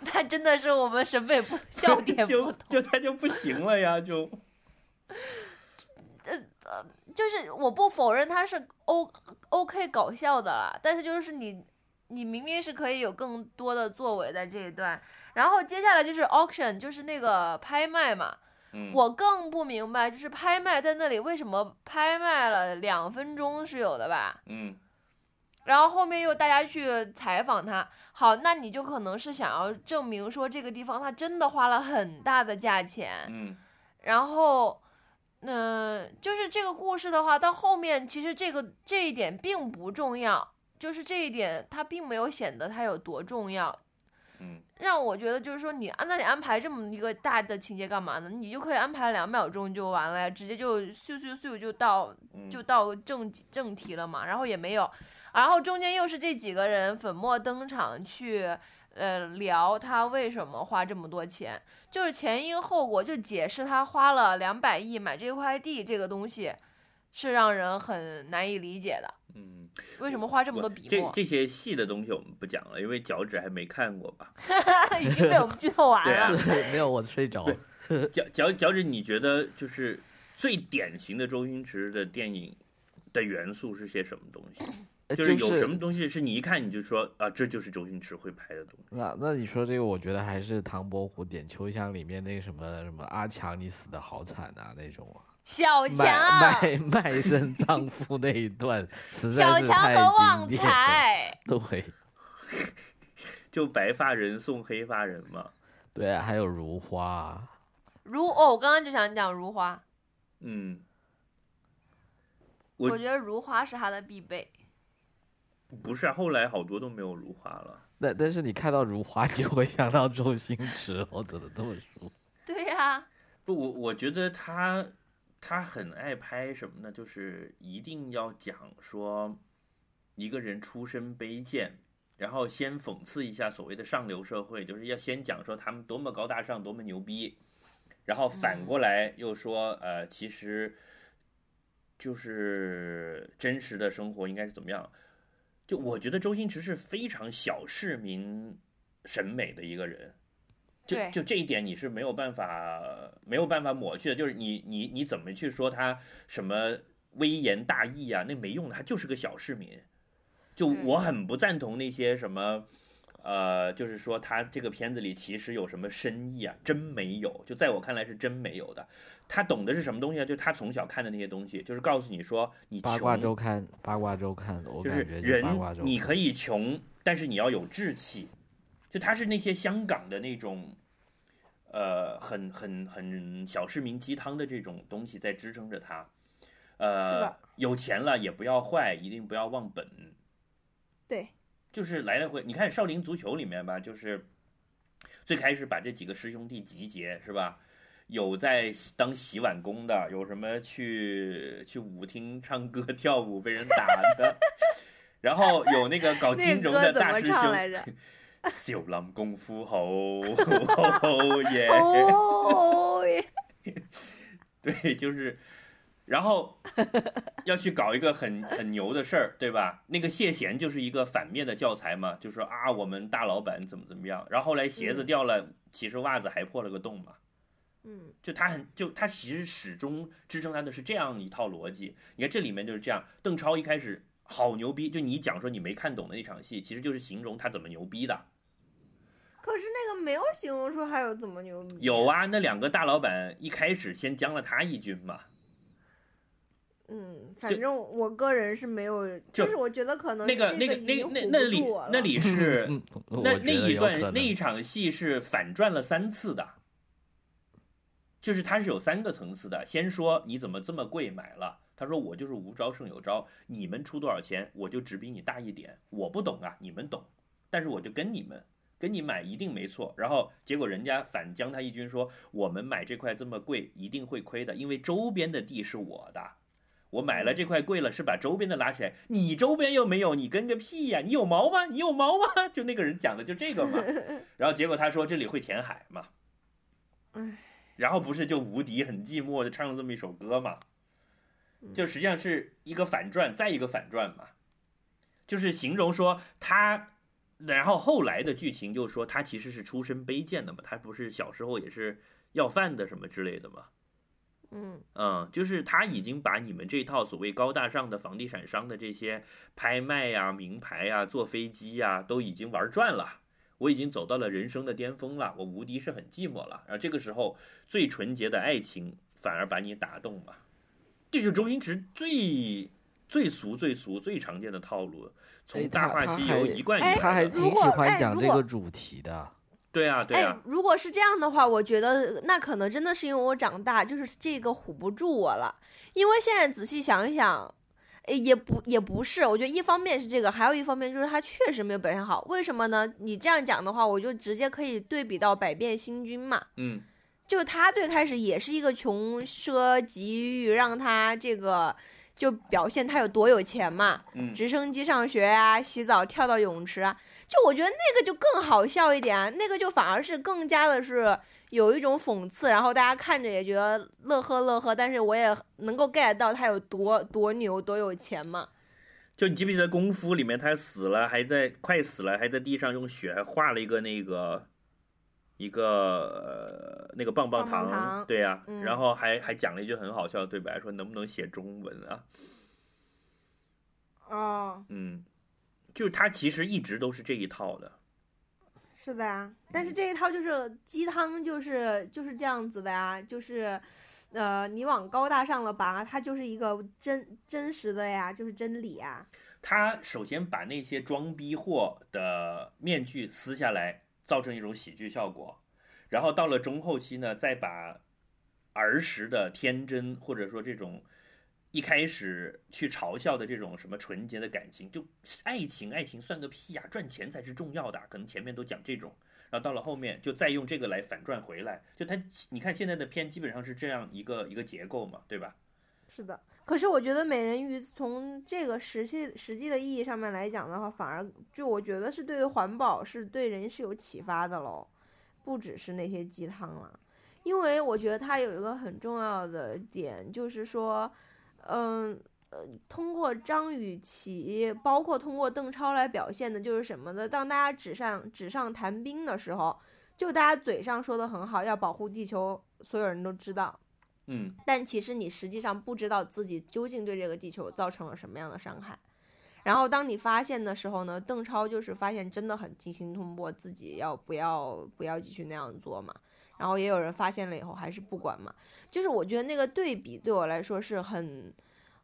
那真的是我们审美不 笑点不
就
同，
就他就不行了 呀，就
就是我不否认它是 O OK 搞笑的啦，但是就是你你明明是可以有更多的作为在这一段，然后接下来就是 auction，就是那个拍卖嘛，
嗯，
我更不明白就是拍卖在那里为什么拍卖了两分钟是有的吧？
嗯
然后后面又大家去采访他，好，那你就可能是想要证明说这个地方他真的花了很大的价钱，
嗯
然后，嗯、就是这个故事的话，到后面其实这个这一点并不重要，就是这一点它并没有显得它有多重要，
嗯
让我觉得就是说你按那你安排这么一个大的情节干嘛呢？你就可以安排两秒钟就完了呀，直接就咻咻咻就到
嗯，
就到正正题了嘛，然后也没有，然后中间又是这几个人粉墨登场去，呃，聊他为什么花这么多钱，就是前因后果，就解释他花了两百亿买这块地这个东西，是让人很难以理解的，
嗯，
为什么花这
这
么多笔
这
墨，
这些细的东西我们不讲了，因为脚趾还没看过吧？
已经被我们剧透完
对啊
了。
是 没有，我睡着了。
脚脚脚趾，你觉得就是最典型的周星驰的电影的元素是些什么东西？
哎
就是
就
有
是
什么东西是你一看你就说啊，这就是周星驰会拍的东西。
那那你说这个，我觉得还是《唐伯虎点秋香》里面那个什么什么阿强，你死的好惨啊那种啊，
小强，
卖卖卖身葬父那一段， 实
小
在是
强
太
和旺
经典了。
财，
对
就白发人送黑发人嘛。
对啊，还有如花啊，
如哦，我刚刚就想讲如花，
嗯，
我
我
觉得如花是他的必备。
不是啊，后来好多都没有如花了。
但但是你看到如花， 你会想到周星驰，我只能这么说。
对呀、
不，我我觉得他他很爱拍什么呢？就是一定要讲说一个人出身卑贱。然后先讽刺一下所谓的上流社会，就是要先讲说他们多么高大上，多么牛逼，然后反过来又说，呃，其实就是真实的生活应该是怎么样？就我觉得周星驰是非常小市民审美的一个人，就
对
就这一点你是没有办法没有办法抹去的，就是你你你怎么去说他什么微言大义啊？那没用的，他就是个小市民。就
对
我很不赞同那些什么。呃，就是说他这个片子里其实有什么深意啊？真没有，就在我看来是真没有的。他懂的是什么东西啊？就是他从小看的那些东西，就是告诉你说你
八卦
穷
周刊，八卦周刊，我
就
感
是
觉
人
八卦周刊。
你可以穷，但是你要有志气。就他是那些香港的那种，呃，很很很小市民鸡汤的这种东西在支撑着他。
是
呃
的，
有钱了也不要坏，一定不要忘本。
对，
就是来来回，你看《少林足球》里面吧，就是最开始把这几个师兄弟集结，是吧？有在洗当洗碗工的，有什么去去舞厅唱歌 跳舞被人打的， 然后有那个搞
那
金
个
融
歌
的
怎
大
么
师
唱来
兄，
着？
小林功夫好， 哦耶！
哦，
对，就是，然后要去搞一个很很牛的事儿，对吧？那个谢贤就是一个反面的教材嘛，就说啊，我们大老板怎么怎么样，然后后来鞋子
嗯
掉了，其实袜子还破了个洞嘛。
嗯，
就他很就他其实始终支撑他的是这样一套逻辑。你看这里面就是这样，邓超一开始好牛逼，就你讲说你没看懂的那场戏，其实就是形容他怎么牛逼的。
可是那个没有形容出还有怎么牛逼？
有，啊，那两个大老板一开始先将了他一军嘛，
嗯，反正我个人是没有，就是我觉得可能
那
个
个那个那那那里那里是
嗯，我
那
觉
那
得
一
有可
段那
能
一场戏是反转了三次的，就是它是有三个层次的。先说你怎么这么贵买了，他说我就是无招胜有招，你们出多少钱我就只比你大一点，我不懂啊，你们懂，但是我就跟你们。跟你买一定没错，然后结果人家反将他一军说，我们买这块这么贵，一定会亏的，因为周边的地是我的，我买了这块贵了，是把周边的拉起来，你周边又没有，你跟个屁呀、你有毛吗？你有毛吗？ 就那个人讲的就这个嘛。然后结果他说这里会填海嘛
唉，
然后不是就无敌很寂寞就唱了这么一首歌嘛，就实际上是一个反转再一个反转嘛，就是形容说他。然后后来的剧情就是说，他其实是出身卑贱的嘛，他不是小时候也是要饭的什么之类的嘛，
嗯
嗯，就是他已经把你们这套所谓高大上的房地产商的这些拍卖呀、名牌呀、坐飞机呀、都已经玩转了。我已经走到了人生的巅峰了，我无敌是很寂寞了。然后这个时候，最纯洁的爱情反而把你打动了，这就是周星驰最最俗、最俗、最常见的套路，从
哎
《大
他
话
他
西
还
游》一贯以
哎
来的。
他还挺
如果
喜
哎
欢讲
如
这
果
个主题的。
对啊，对
哎
啊，，
如果是这样的话，我觉得那可能真的是因为我长大，就是这个唬不住我了。因为现在仔细想一想，哎也不也不是，我觉得一方面是这个，还有一方面就是他确实没有表现好。为什么呢？你这样讲的话，我就直接可以对比到《百变星君》嘛，
嗯，
就他最开始也是一个穷奢极欲，让他这个就表现他有多有钱嘛，
嗯
直升机上学啊，洗澡跳到泳池啊，就我觉得那个就更好笑一点啊，那个就反而是更加的是有一种讽刺，然后大家看着也觉得乐呵乐呵，但是我也能够 get 到他有多多牛多有钱嘛，
就你记不记得《功夫》里面他死了，还在快死了，还在地上用血还画了一个那个一个、呃、那个棒棒
棒
糖，
棒糖
对呀、
嗯
然后还还讲了一句很好笑的对白，说能不能写中文啊？
哦，
嗯，就是他其实一直都是这一套的，
是的呀，但是这一套就是鸡汤，就是就是这样子的呀，就是，呃，你往高大上了拔，它就是一个真真实的呀，就是真理啊。
他首先把那些装逼货的面具撕下来，造成一种喜剧效果，然后到了中后期呢，再把儿时的天真或者说这种一开始去嘲笑的这种什么纯洁的感情，就爱情，爱情算个屁呀、赚钱才是重要的啊。可能前面都讲这种，然后到了后面就再用这个来反转回来，就他你看现在的片基本上是这样一个一个结构嘛，对吧？
是的，可是我觉得美人鱼从这个实际实际的意义上面来讲的话，反而就我觉得是对于环保是对人是有启发的喽，不只是那些鸡汤了，因为我觉得它有一个很重要的点，就是说，嗯。呃，通过张雨绮，包括通过邓超来表现的，就是什么呢？当大家纸上纸上谈兵的时候，就大家嘴上说的很好，要保护地球，所有人都知道，
嗯，
但其实你实际上不知道自己究竟对这个地球造成了什么样的伤害。然后当你发现的时候呢，邓超就是发现真的很惊心动魄，自己要不要不要继续那样做嘛。然后也有人发现了以后还是不管嘛，就是我觉得那个对比对我来说是很。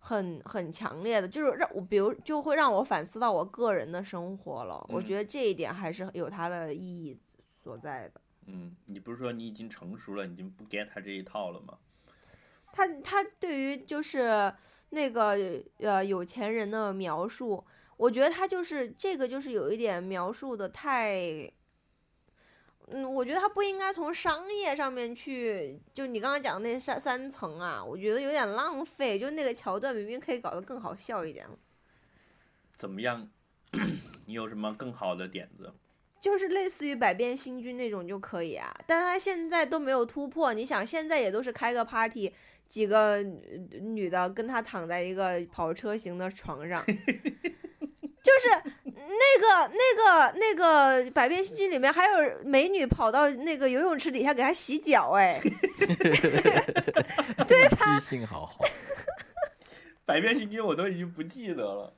很很强烈的，就是让我，比如就会让我反思到我个人的生活了。我
嗯
觉得这一点还是有它的意义所在的。
嗯，你不是说你已经成熟了，你已经不 get 他这一套了吗？
他他对于就是那个呃有钱人的描述，我觉得他就是这个就是有一点描述的太，嗯，我觉得他不应该从商业上面去，就你刚刚讲的那三三层啊，我觉得有点浪费。就那个桥段明明可以搞得更好笑一点了
怎么样？ 你有什么更好的点子？
就是类似于百变星君那种就可以啊，但他现在都没有突破。你想，现在也都是开个 party，几个女女的跟他躺在一个跑车型的床上，就是那个那个那个百变星君里面还有美女跑到那个游泳池底下给他洗脚，哎，
对吧？记 性好好，
百变星君我都已经不记得了。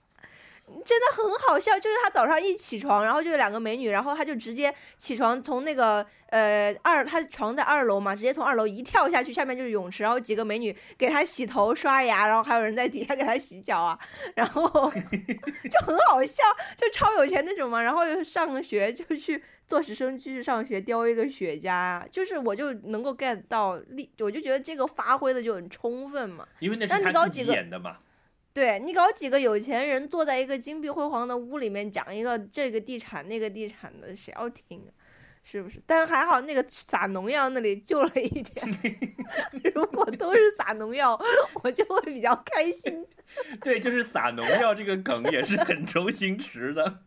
真的很好笑，就是他早上一起床，然后就有两个美女，然后他就直接起床，从那个呃二，他床在二楼嘛，直接从二楼一跳下去，下面就是泳池，然后几个美女给他洗头、刷牙，然后还有人在底下给他洗脚啊， 然后就很好笑，就超有钱那种嘛。然后又上学就去做直升机去上学，叼一个雪茄，啊就是我就能够 get 到力，我就觉得这个发挥的就很充分嘛。
因为那
那
是
你
他
搞
自己
几个
演的嘛。
对你搞几个有钱人坐在一个金碧辉煌的屋里面讲一个这个地产那个地产的，谁要听啊？是不是？但还好那个撒农药那里救了一点。 如果都是撒农药，我就会比较开心。
对，就是撒农药这个梗也是很周星驰的。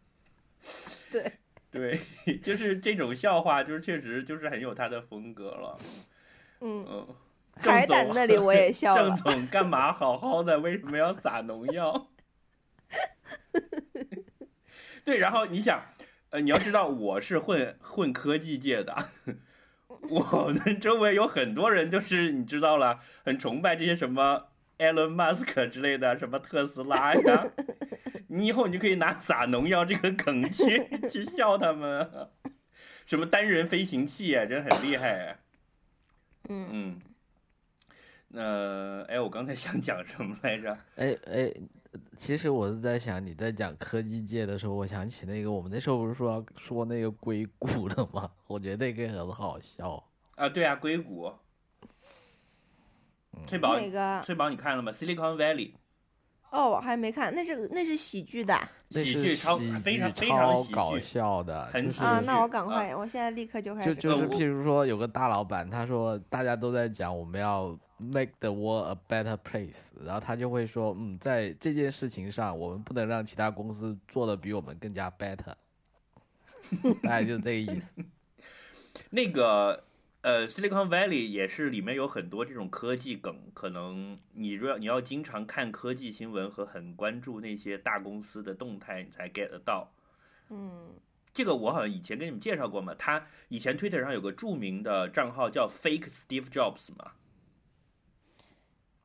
对
对， 就是这种笑话，就是确实就是很有他的风格了。
嗯，
嗯，
海
郑
胆
总
那里我也 笑
郑
了。
总干嘛好好的，为什么要撒农药？ 对，然后你想，呃，你要知道我是混混科技界的，我们周围有很多人就是你知道了，很崇拜这些什么 Elon Musk 之类的，什么特斯拉呀。你以后你就可以拿撒农药这个梗去 去笑他们啊，什么单人飞行器啊，真很厉害、啊。
嗯，
嗯，那哎，我刚才想讲什么来着？
哎哎，其实我是在想，你在讲科技界的时候，我想起那个，我们那时候不是说要说那个硅谷的吗？我觉得那个很好笑。
啊，对啊，硅谷。
嗯
翠宝，
那个
翠宝，你看了吗？Silicon Valley
哦，我还没看，那是那是喜剧的啊
那
喜
是
剧超
喜
非常
剧
非常
超
喜
搞
剧
笑的，
很
就
喜
是
啊剧
那我赶
啊
快，我现在立刻就开
就
始
就
呃
是，
我
譬如说有个大老板，他说大家都在讲我们要 make the world a better place，然后他就会说，嗯，在这件事情上，我们不能让其他公司做的比我们更加 better，大概就是这个意思。
那个呃，Silicon Valley 也是里面有很多这种科技梗，可能你若你要经常看科技新闻和很关注那些大公司的动态，你才 get 得到。
嗯
这个我好像以前给你们介绍过嘛，他以前 Twitter 上有个著名的账号叫 Fake Steve Jobs 嘛，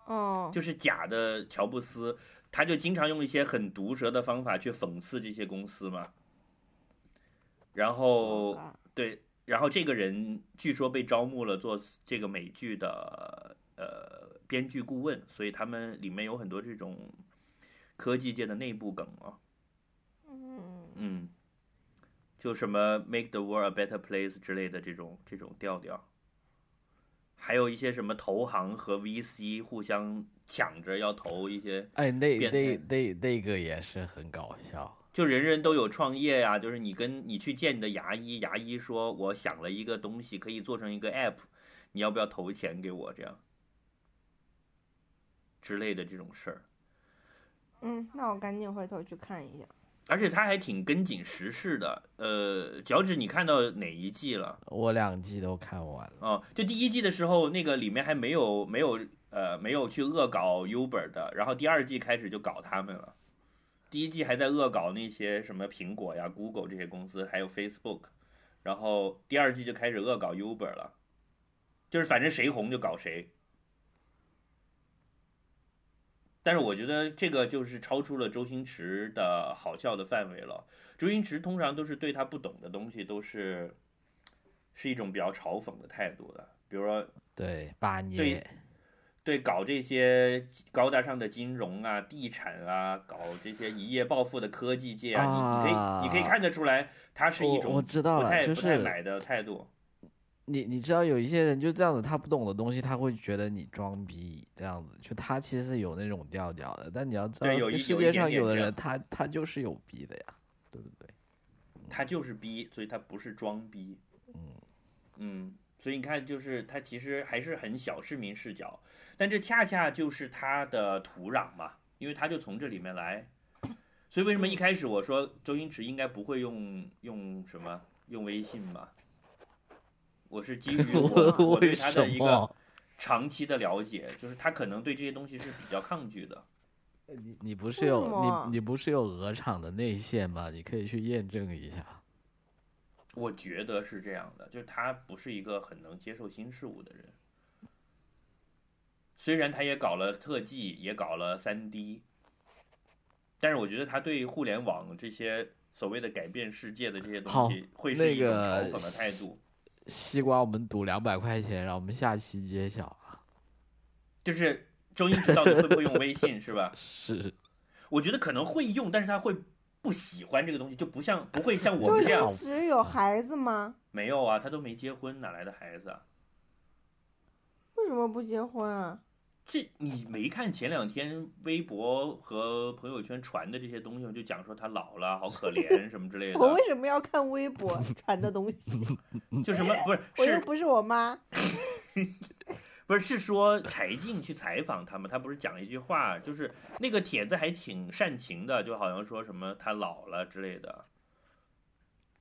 哦，
就是假的乔布斯，他就经常用一些很毒舌的方法去讽刺这些公司嘛。然后
啊
对，然后这个人据说被招募了做这个美剧的呃编剧顾问，所以他们里面有很多这种科技界的内部梗啊，
嗯，
嗯，就什么 “make the world a better place” 之类的这种这种调调，还有一些什么投行和 VC 互相抢着要投一些，
哎，那
变
那
态
那那个也是很搞笑。
就人人都有创业呀、就是你跟你去见你的牙医，牙医说我想了一个东西可以做成一个 app，你要不要投钱给我这样之类的这种事儿，
嗯，那我赶紧回头去看一下。
而且他还挺跟紧时事的。呃，脚趾，你看到哪一季了？
我两季都看完了，
哦，就第一季的时候，那个里面还没有没有呃没有去恶搞 Uber 的，然后第二季开始就搞他们了。第一季还在恶搞那些什么苹果呀、Google 这些公司，还有 Facebook，然后第二季就开始恶搞 Uber 了，就是反正谁红就搞谁。但是我觉得这个就是超出了周星驰的好笑的范围了。周星驰通常都是对他不懂的东西都是是一种比较嘲讽的态度的，比如说
对，八
对
年，
对搞这些高大上的金融啊、地产啊，搞这些一夜暴富的科技界啊，
啊
你你可以你可以看得出来，他是一
我我
种
知道
不
了，
太
就
不太
是
买的态度。
你你知道有一些人就这样子，他不懂的东西，他会觉得你装逼这样子，就他其实有那种调调的，但你要知道，
对有
这
一
世
有一
界
点
上
点
有的
这
人
样
他他就是有逼的呀，对不对？
他就是逼，所以他不是装逼。
嗯
嗯，所以你看，就是他其实还是很小市民视角，但这恰恰就是他的土壤嘛，因为他就从这里面来。所以为什么一开始我说周星驰应该不会用用什么用微信嘛？我是基 于我我对
为
他
什
的一个
么？
长期的了解，就是他可能对这些东西是比较抗拒的。
你你不是
为什
有
么
你你不是有鹅厂的内线吗？你可以去验证一下。
我觉得是这样的，就是他不是一个很能接受新事物的人。虽然他也搞了特技，也搞了三 D，但是我觉得他对互联网这些所谓的改变世界的这些东
好
西，会
那
是一种
个
嘲讽的态度。
西瓜，我们赌两百块钱，然后我们下期揭晓。啊
就是周星驰到底会不会用微信，是吧？
是，
我觉得可能会用，但是他会不喜欢这个东西，就不像不会像我
周
们这样
星。驰有孩子吗？
没有啊，他都没结婚，哪来的孩子啊？
为什么不结婚啊？
这你没看前两天微博和朋友圈传的这些东西吗？就讲说他老了，好可怜什么之类
我为
的，
什么要看微 博传的东西？
就什么不是
我又
是
不是我妈。
不是是说柴静去采访他们，他不是讲一句话，就是那个帖子还挺煽情的，就好像说什么他老了之类的，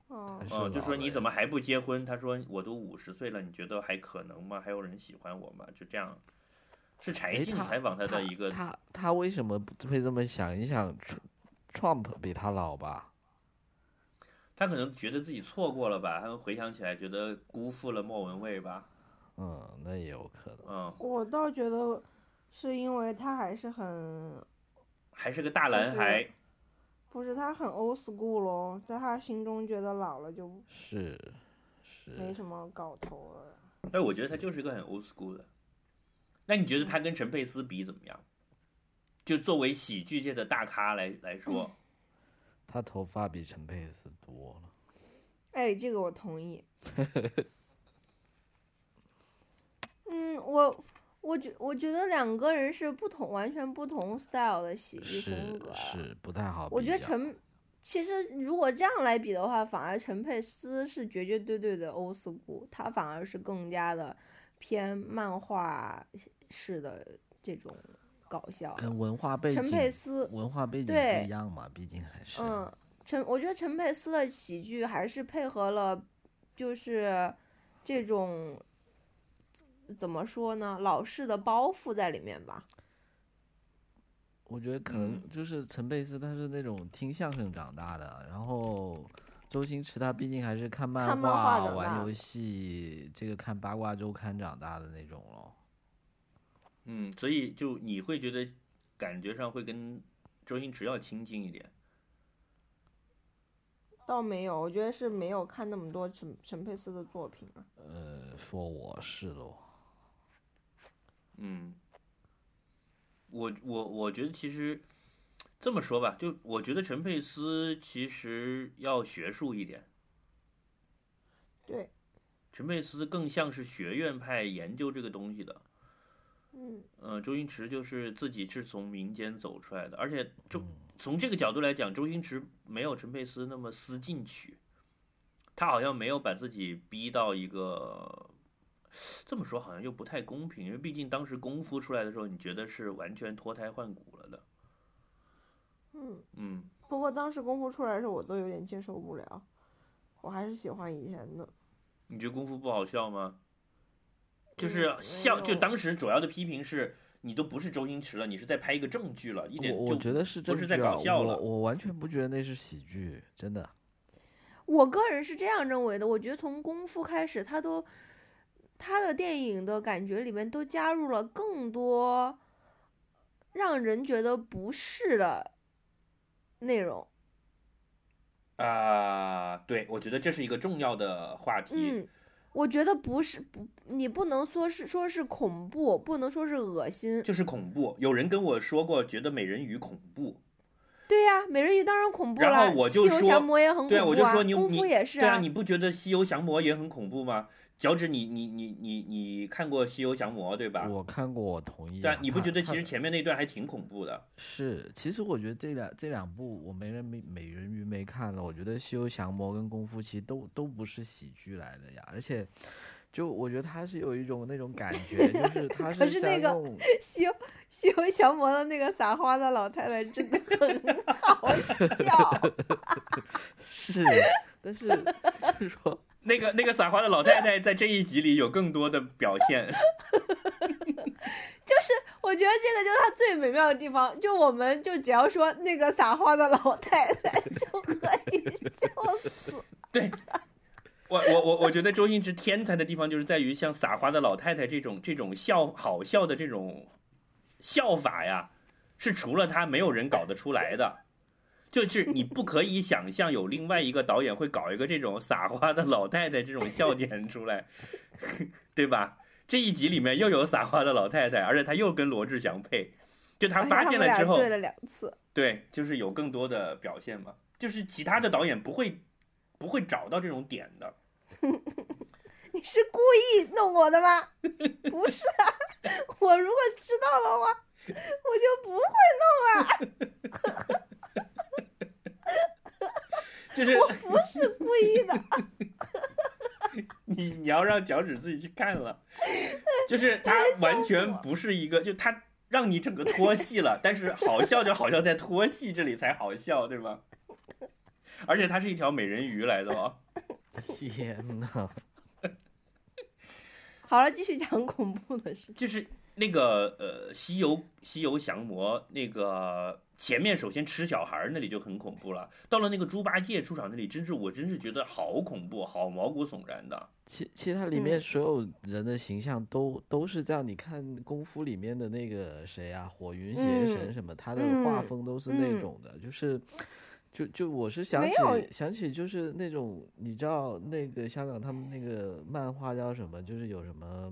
哦
他，是
嗯，就
老
说
了
你
呀
怎么还不结婚？他说我都五十岁了，你觉得还可能吗？还有人喜欢我吗？就这样，是柴
哎
静
他
采访他的一个
他他为什么不会这么想？你想，Tr-，Trump 比他老吧？
他可能觉得自己错过了吧，他回想起来觉得辜负了莫文蔚吧，
嗯，那也有可能。
嗯，
我倒觉得是因为他还是很，
还是个大男孩，
不是他很 old school 咯，在他心中觉得老了就是没
是，
什么搞头了。
但是我觉得他就是一个很 old school 的。那你觉得他跟陈佩斯比怎么样？就作为喜剧界的大咖来来说，
他头发比陈佩斯多了。
哎，这个我同 意。嗯，我我觉我觉得两个人是不同，完全不同 style 的喜剧风
是
格。啊
是啊不太好比较。
我觉得陈，其实如果这样来比的话，反而陈佩斯是绝绝对对的欧斯古，他反而是更加的偏漫画式的这种搞笑。
跟文化背景
陈佩斯，
文化背景
对
不一样嘛，毕竟还是
嗯，陈，我觉得陈佩斯的喜剧还是配合了，就是这种怎么说呢，老式的包袱在里面吧。
我觉得可能
嗯
就是陈佩斯，他是那种听相声长大的，然后周星驰他毕竟还是看漫
看漫画长
玩
大
游戏，这个看八卦周刊长大的那种咯。
嗯，所以就你会觉得感觉上会跟周星驰要亲近一点。
倒没有，我觉得是没有看那么多陈陈佩斯的作品啊。
呃，说我是咯，
嗯，我我我觉得其实这么说吧，就我觉得陈佩斯其实要学术一点，
对，
陈佩斯更像是学院派研究这个东西的。
嗯，
嗯，周星驰就是自己是从民间走出来的，而且周
嗯
从这个角度来讲，周星驰没有陈佩斯那么思进取，他好像没有把自己逼到一个，这么说好像又不太公平，因为毕竟当时功夫出来的时候，你觉得是完全脱胎换骨了的，
嗯。
嗯，
不过当时功夫出来的时候，我都有点接受不了，我还是喜欢以前的。
你觉得功夫不好笑吗？就是
嗯
笑，就
没有
当时主要的批评是你都不是周星驰了，你是在拍一个正剧了，一点
我我
就
觉得是真
不是在搞笑了
我我完全不觉得那是喜剧，真的。
我个人是这样认为的，我觉得从功夫开始，他都他的电影的感觉里面都加入了更多
让人觉得不适的内容。
啊、对，我觉得这是一个重要的话题。
嗯，我觉得不是不，你不能说是说是恐怖，不能说是恶心。
就是恐怖，有人跟我说过，觉得美人鱼恐怖。
对呀、美人鱼当然恐怖了，
然后我就
西游
说
降魔也很恐怖
对啊，我就说你
功
你
夫也是
对啊，你不觉得《西游降魔》也很恐怖吗？脚趾你，你你你你看过《西游降魔》对吧？
我看过，我同意啊。
对啊，你不
他
觉得
他
其实前面那段还挺恐怖的？
是？其实我觉得这两这两部我没人没美人鱼没看了，我觉得《西游降魔》跟《功夫》其实都都不是喜剧来的呀，而且就我觉得它是有一种那种感觉，就是它
可是
像
那个
种
西游西游降魔的那个撒花的老太太真的很 好笑，
是，但是 就是说。
那个那个撒花的老太太在这一集里有更多的表现。
就是我觉得这个就是它最美妙的地方，就我们就只要说那个撒花的老太 太就可以笑死。
对，我我我我觉得周星驰天才的地方就是在于像撒花的老太太这种这种笑好笑的这种笑法呀，是除了他没有人搞得出来的。就是你不可以想象有另外一个导演会搞一个这种撒花的老太太这种笑点出来， 对吧？这一集里面又有撒花的老太太，而且她又跟罗志祥配，就 他
而且
发
哎他
现了之
们俩
后，
对了两次，
对，就是有更多的表现嘛，就是其他的导演不会不会找到这种点的。
你是故意弄我的吗？不是啊，我如果知道的话，我就不会
就是
不是故意的。
你你要让脚趾自己去看了， 就是它完全不是一个，就它让你整个脱戏了，但是好笑就好笑在脱戏这里才好笑，对吧？ 而且它是一条美人鱼来的哦，
天呐，
好了，继续讲恐怖的事情。
就是那个呃西游西游降魔那个前面首先吃小孩儿那里就很恐怖了，到了那个猪八戒出场那里，真是我真是觉得好恐怖，好毛骨悚然的。
其其实它里
嗯
面所有人的形象都、都是这样。你看功夫里面的那个谁啊，火云邪神
嗯
什么，他的画
嗯
风都是那
嗯
种的，就是就就我是想
没
起
有
想起就是那种你知道那个香港他们那个漫画叫什么，就是有什么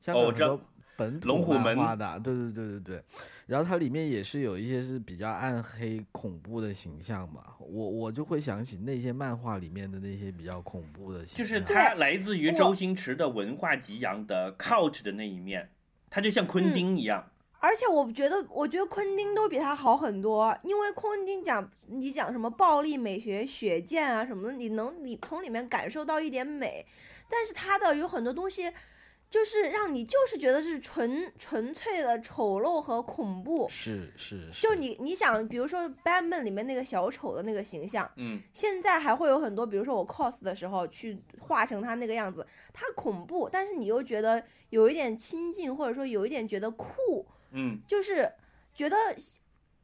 香
哦
港
我
很
知道
多本土
龙虎
漫
门
画的，对对对对对。然后它里面也是有一些是比较暗黑恐怖的形象嘛，我我就会想起那些漫画里面的那些比较恐怖的形象，
就是它
对
来自于周星驰的文化激扬的 cult 的那一面，它就像
嗯
昆汀一样，
而且我觉得，我觉得昆汀都比他好很多，因为昆汀讲你讲什么暴力美学、血溅啊什么的，你能你从里面感受到一点美，但是他的有很多东西，就是让你就是觉得是纯纯粹的丑陋和恐怖。
是是，
就是你你想，比如说《Batman》里面那个小丑的那个形象，
嗯，
现在还会有很多，比如说我 cos 的时候去画成他那个样子，他恐怖，但是你又觉得有一点亲近，或者说有一点觉得酷。
嗯
就是觉得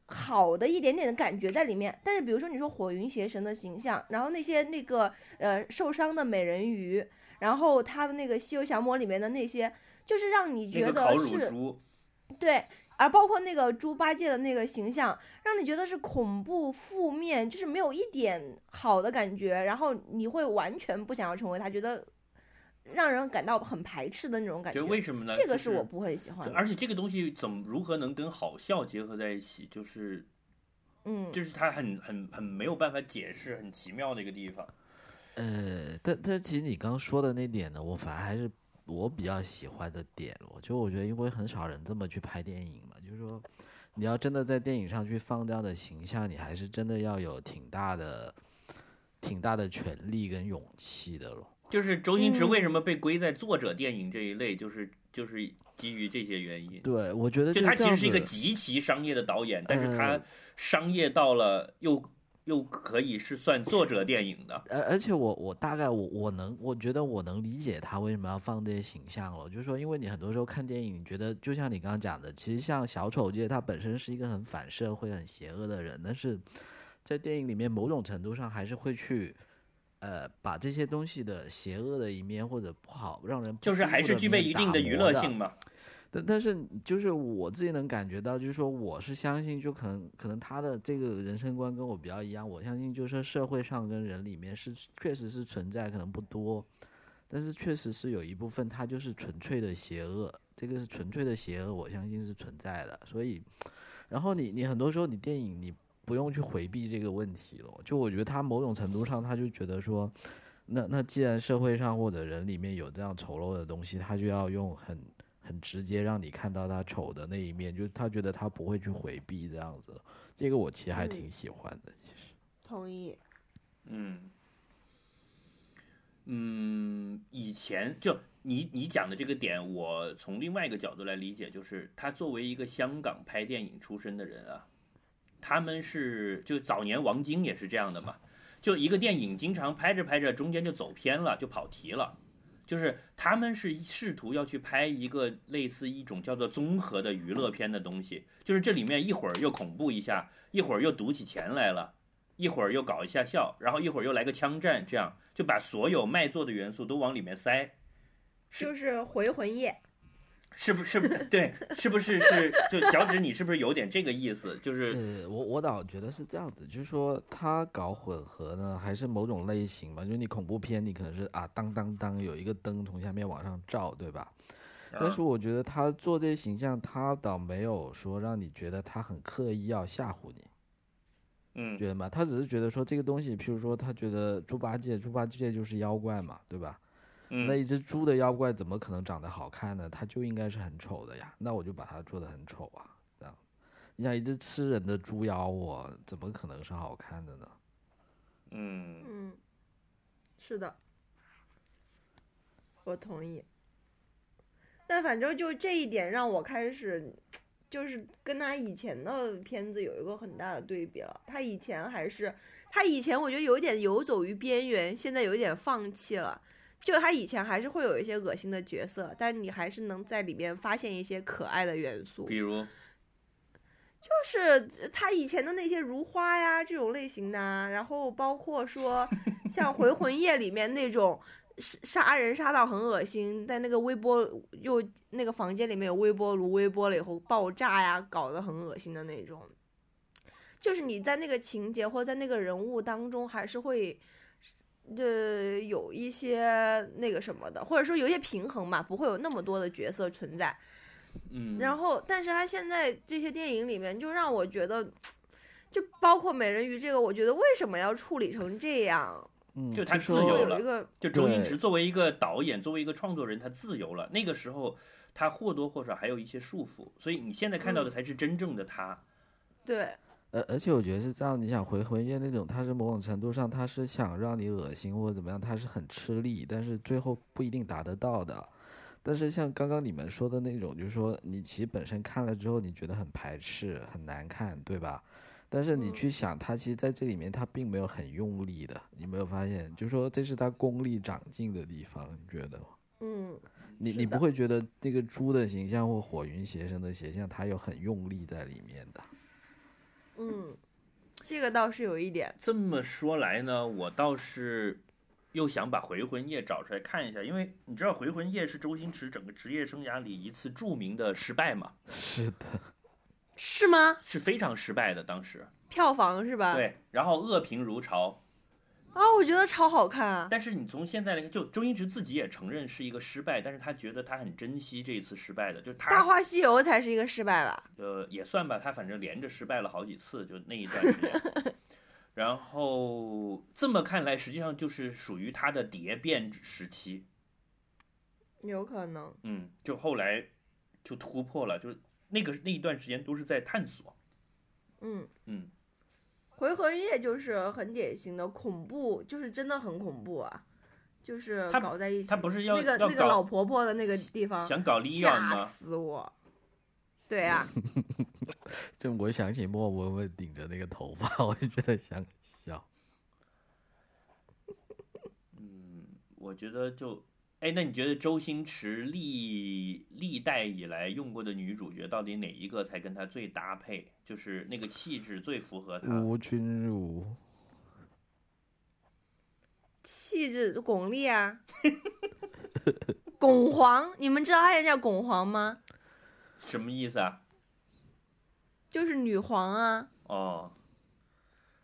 好的一点点的感觉在里面。但是比如说你说火云邪神的形象，然后那些那个呃受伤的美人鱼，然后他的那个西游降魔里面的那些，就是让你
那
觉
个烤
得
乳
是、
猪，
对。而包括那个猪八戒的那个形象，让你觉得是恐怖、负面，就是没有一点好的感觉，然后你会完全不想要成为他，觉得让人感到很排斥的那种感觉
就。为什么呢？
这个
就是
我不会喜欢
就
的。
而且这个东西怎么如何能跟好笑结合在一起，就是
嗯，
就是它很很很没有办法解释，很奇妙的一个地方。
呃，但但其实你刚说的那点呢，我反而还是我比较喜欢的点，我就我觉得因为很少人这么去拍电影嘛，就是说你要真的在电影上去放这样的形象，你还是真的要有挺大的、挺大的权利跟勇气的咯。
就是周星驰
嗯
为什么被归在作者电影这一类，就是就是基于这些原因。
对，我觉得
就
这
他其
样
实是一个
子
极其商业的导演，但是
呃
他商业到了又又可以是算作者电影的。
而而且我我大概我我能我觉得我能理解他为什么要放这些形象了，就是说，因为你很多时候看电影，你觉得就像你刚刚讲的，其实像小丑界他本身是一个很反社会、很邪恶的人，但是在电影里面某种程度上还是会去。呃，把这些东西的邪恶的一面或者不好，让人不
就是
舒
还
服
是
的
具备
面
一定
打
的娱
磨
乐
的
性嘛。
但但是就是我自己能感觉到，就是说我是相信，就可能可能他的这个人生观跟我比较一样，我相信就是说社会上跟人里面是确实是存在，可能不多，但是确实是有一部分它就是纯粹的邪恶，这个是纯粹的邪恶，我相信是存在的。所以，然后你你很多时候你电影你不用去回避这个问题了，就我觉得他某种程度上他就觉得说。那那既然社会上或者人里面有这样丑陋的东西，他就要用很很直接让你看到他丑的那一面，就是他觉得他不会去回避这样子了。这个我其实还
嗯
挺喜欢的，其实。
同意。
嗯，嗯，以前就你你讲的这个点，我从另外一个角度来理解，就是他作为一个香港拍电影出身的人啊，他们是就早年王晶也是这样的嘛，就一个电影经常拍着拍着中间就走偏了，就跑题了。就是他们是试图要去拍一个类似一种叫做综合的娱乐片的东西，就是这里面一会儿又恐怖一下，一会儿又赌起钱来了，一会儿又搞一下笑，然后一会儿又来个枪战，这样就把所有卖座的元素都往里面塞，是
就是回魂夜，
是不 是？对，是不是是就脚趾？你是不是有点这个意思？就是
呃，我我倒觉得是这样子，就是说他搞混合呢，还是某种类型吧。就是你恐怖片，你可能是啊当当当有一个灯从下面往上照，对吧？
啊
但是我觉得他做这些形象，他倒没有说让你觉得他很刻意要吓唬你。
嗯
觉得吗？他只是觉得说这个东西，譬如说他觉得猪八戒，猪八戒就是妖怪嘛，对吧？那
嗯
一只猪的妖怪怎么可能长得好看呢？它就应该是很丑的呀。那我就把它做的很丑啊，这样。你想一只吃人的猪妖，我怎么可能是好看的呢？
嗯
嗯，是的，我同意。但反正就这一点让我开始，就是跟他以前的片子有一个很大的对比了。他以前还是，他以前我觉得有一点游走于边缘，现在有一点放弃了。就他以前还是会有一些恶心的角色，但你还是能在里面发现一些可爱的元素。
比如
就是他以前的那些如花呀这种类型的啊，然后包括说像《回魂夜》里面那种杀杀人杀到很恶心，在那个微波又那个房间里面有微波炉，微波了以后爆炸呀，搞得很恶心的那种。就是你在那个情节或者在那个人物当中，还是会。呃，有一些那个什么的，或者说有一些平衡嘛，不会有那么多的角色存在。
嗯，
然后，但是他现在这些电影里面，就让我觉得，就包括美人鱼这个，我觉得为什么要处理成这样？
嗯，
就它自
说
由
我
了
一个
就周星
对
驰作为一个导演，作为一个创作人，他自由了。那个时候他或多或少还有一些束缚，所以你现在看到的
嗯
才是真正的他。
对，
而而且我觉得是这样，你想回魂夜那种，它是某种程度上它是想让你恶心或者怎么样，它是很吃力，但是最后不一定达得到的。但是像刚刚你们说的那种，就是说你其实本身看了之后你觉得很排斥、很难看，对吧？但是你
嗯
去想，它其实在这里面它并没有很用力的，你没有发现？就是说这是它功力长进的地方，你觉得吗？
嗯，
你
是
你不
的
会觉得这个猪的形象或火云邪神的形象，它有很用力在里面的。
嗯，这个倒是有一点，
这么说来呢，我倒是又想把《回魂夜》找出来看一下，因为你知道《回魂夜》是周星驰整个职业生涯里一次著名的失败嘛，
是的。
是吗？
是非常失败的。当时
票房是吧？
对，然后恶评如潮，
啊，我觉得超好看啊。
但是你从现在来看，就周星驰自己也承认是一个失败，但是他觉得他很珍惜这一次失败的，就是
《大
他
话西游》才是一个失败吧？
呃也算吧，他反正连着失败了好几次，就那一段时间。 然后这么看来，实际上就是属于他的蝶变时期。
有可能，
嗯，就后来就突破了，就是那个那一段时间都是在探索。
嗯，
嗯，
回魂夜就是很典型的恐怖，就是真的很恐怖啊，就是
他
搞在一起。
他不是要
那个
要
那个
搞
老婆婆的那个地方，
想搞 Leon
吓
吗？
死我！对啊，
就我想起莫文蔚顶着那个头发， 我就觉得想笑。
嗯，我觉得就，哎，那你觉得周星驰历历代以来用过的女主角，到底哪一个才跟他最搭配？就是那个气质最符合他。
吴君如，
气质巩 俐啊，巩皇，你们知道她也叫巩皇吗？
什么意思啊？
就是女皇啊，
哦，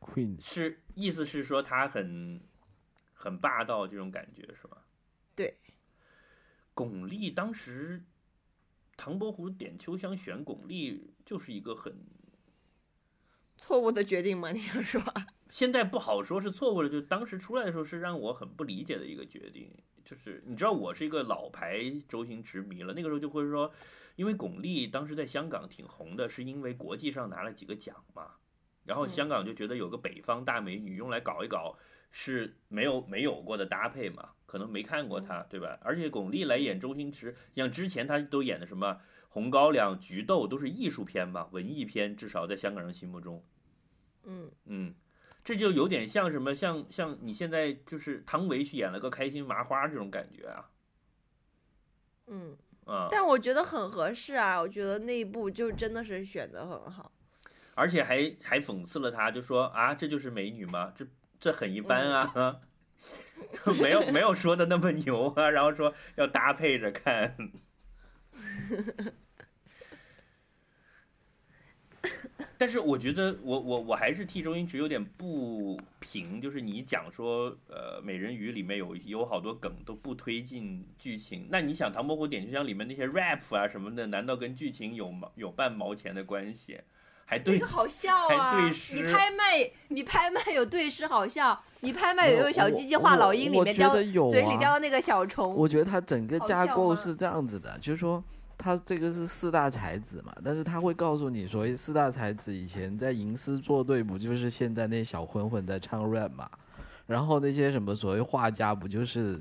Queen
是意思是说他很很霸道这种感觉是吗？
对。
巩俐当时，唐伯虎点秋香选巩俐就是一个很，
错误的决定吗？你想说？
现在不好说是错误了，就当时出来的时候是让我很不理解的一个决定。就是你知道我是一个老牌周星驰迷了，那个时候就会说，因为巩俐当时在香港挺红的，是因为国际上拿了几个奖嘛，然后香港就觉得有个北方大美女用来搞一搞是没有没有过的搭配嘛，可能没看过她，对吧？而且巩俐来演周星驰，像之前她都演的什么红高粱、菊豆都是艺术片嘛，文艺片至少在香港人心目中，
嗯，
嗯，这就有点像什么，像像你现在就是汤唯去演了个开心麻花这种感觉啊，
嗯，
啊、
但我觉得很合适啊，我觉得那一部就真的是选的很好。
而且还还讽刺了她，就说啊，这就是美女吗？这这很一般啊，没有没有说的那么牛啊，然后说要搭配着看，但是我觉得我我我还是替周星驰有点不平，就是你讲说，呃，美人鱼里面有有好多梗都不推进剧情，那你想唐伯虎点秋香里面那些 rap 啊什么的，难道跟剧情有毛有半毛钱的关系？还对
这个好笑啊！
还对诗
你拍卖，你拍卖有对诗好笑，你拍卖有一个小鸡鸡画老鹰，里
我
面
觉
叼、
得有、啊、
嘴里叼那个小虫。
我觉得它整个
好
架
笑
构
吗
是这样子的，就是说它这个是四大才子嘛，但是他会告诉你说，四大才子以前在吟诗作对，不就是现在那些小混混在唱 rap 嘛？然后那些什么所谓画家，不就是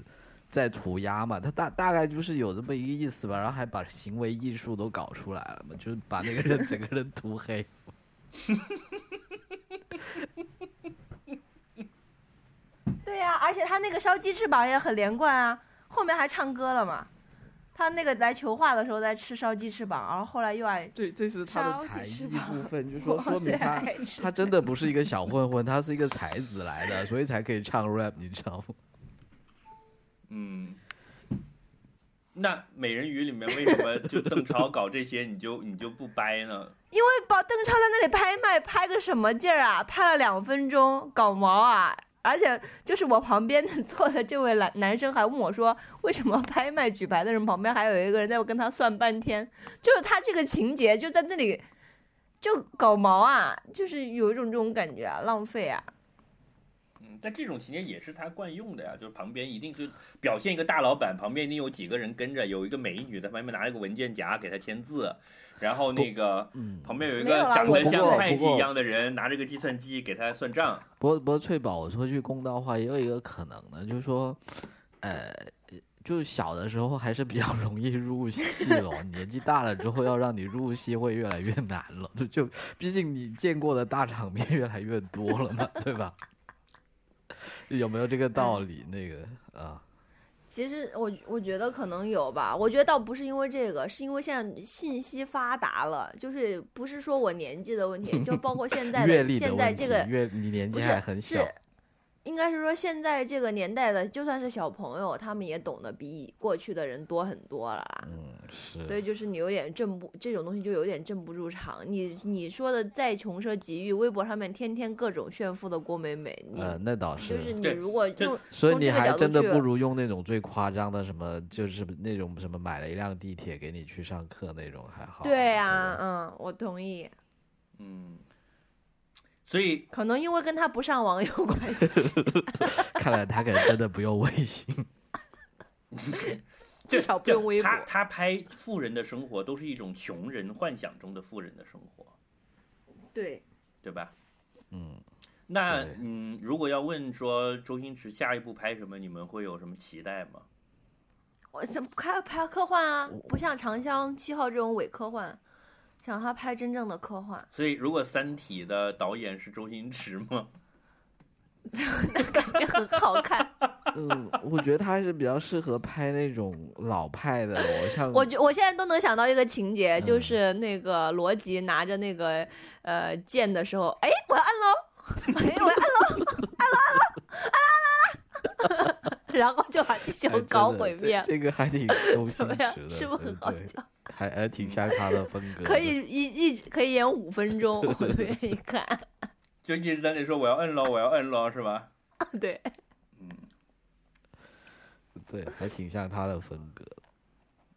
在涂鸦嘛？他大大概就是有这么一个意思吧，然后还把行为艺术都搞出来了嘛，就是把那个人整 个人涂黑。
对呀、而且他那个烧鸡翅膀也很连贯啊，后面还唱歌了嘛。他那个来求画的时候在吃烧鸡翅膀，然后后来又爱
这这是他
烧
的
鸡
才
翅
艺
膀
部分， 就说
我
说
最
明他
爱吃。
他真的不是一个小混混，他是一个才子来的，所以才可以唱 rap，你知道吗？
嗯，那美人鱼里面为什么就邓超搞这些，你就你就不掰呢？
因为把邓超在那里拍卖，拍个什么劲儿啊？拍了两分钟，搞毛啊！而且就是我旁边的 坐的这位男男生还问我说，为什么拍卖举牌的人旁边还有一个人在跟他算半天？就是他这个情节就在那里，就搞毛啊！就是有一种这种感觉啊，浪费啊！
嗯，但这种情节也是他惯用的呀，就是旁边一定就表现一个大老板，旁边一定有几个人跟着，有一个美女在旁边拿了个文件夹给他签字，然后那个
嗯，
旁边有一
没
个
有啊啦
长
我
得像
不过
会计
不过
一样的人拿着个计算机给他算账。
不过不过翠宝，我说句公道话，也有一个可能呢，就是说，呃，就是小的时候还是比较容易入戏了，年纪大了之后要让你入戏会越来越难了，就就毕竟你见过的大场面越来越多了 嘛，对吧？有没有这个道理？那个
嗯
啊，
其实我我觉得可能有吧，我觉得倒不是因为这个，是因为现在信息发达了，就是不是说我年纪的问题，就包括现在
呃阅
的
历的
现在
问
这
题，
个
阅你年
不
纪
是
还很小
是，应该是说现在这个年代的，就算是小朋友，他们也懂得比过去的人多很多了啦。
嗯，是，
所以就是你有点镇不这种东西就有点镇不住场。你你说的再穷奢极欲，微博上面天天各种炫富的郭美美，你、
呃，那倒是，
就是你
对
如果
这
用
所以
从
你
这个
还
角度
真的
去
不如用那种最夸张的什么，就是那种什么买了一辆地铁给你去上课那种还好。啊
对呀、
啊
吧
嗯，我同意，
嗯，所以
可能因为跟他不上网有关 系，
看来他可能真的不用微信。
这
至少不
这
用微博
他。他拍富人的生活都是一种穷人幻想中的富人的生活，
对，
对吧？
嗯，
那
对
嗯，如果要问说周星驰下一步拍什么，你们会有什么期待吗？
我想拍拍科幻啊，不像《长江七号》这种伪科幻，想他拍真正的科 幻，
所以，如果《三体》的导演是周星驰吗？
感觉很好 看。
嗯，我觉得他还是比较适合拍那种老派的，我像
我觉我现在都能想到一个情节，就
嗯
是那个罗辑拿着那个呃剑的时候，哎，我要按 喽，哎，我要按喽，按喽，按喽，按喽，按啦，然后就把地
还
球
真
搞
的
毁
这
灭了，
哎
这个还挺
怎
周星
么
驰
样
的，，
是不是很
对
好
对
笑？
还还挺像他的风 格的。
可以一一直可以演五分钟，我都愿意 看。
就一直在那说我要摁喽，我要摁喽，是吧？
对，
嗯
对，还挺像他的风格。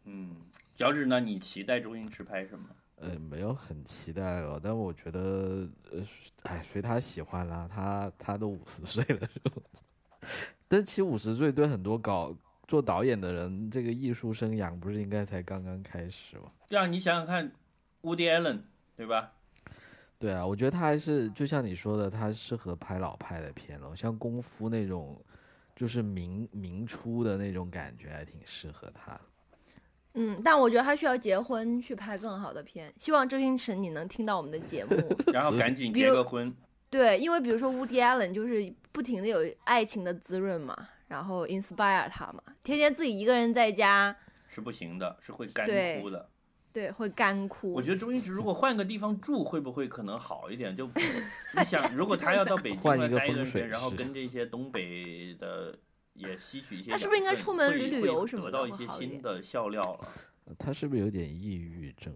嗯，脚趾呢？你期待周星驰拍什么？
呃，没有很期待哦，但我觉得，呃，哎，随他喜欢啦。他他都五十岁了，是吧？ 但其实五十岁对很多搞做导演的人，这个艺术生涯不是应该才刚刚开始吗？
这啊样你想想看，Woody Allen 对吧？
对啊，我觉得他还是就像你说的，他适合拍老派的片咯，像功夫那种，就是明明初的那种感觉，还挺适合他的。
嗯，但我觉得他需要结婚去拍更好的片。希望周星驰你能听到我们的节目，
然后赶紧结个婚。
对，因为比如说 Woody Allen 就是不停的有爱情的滋润嘛，然后 inspire 他嘛，天天自己一个人在家，
是不行的，是会干
对
枯的。
对，会干枯。
我觉得周星驰
嗯
如果换个地方住，会不会可能好一 点？就你想，如果他要到北京
换一
来
个
待一段
风
时
水
间，然后
师
跟这些东北的也吸取一些
他
养分，
是不是应该出门
会
旅旅
会
游什么
得
的
到
会
一些
好一
新
点
的笑料了？
他是不是有点抑郁症？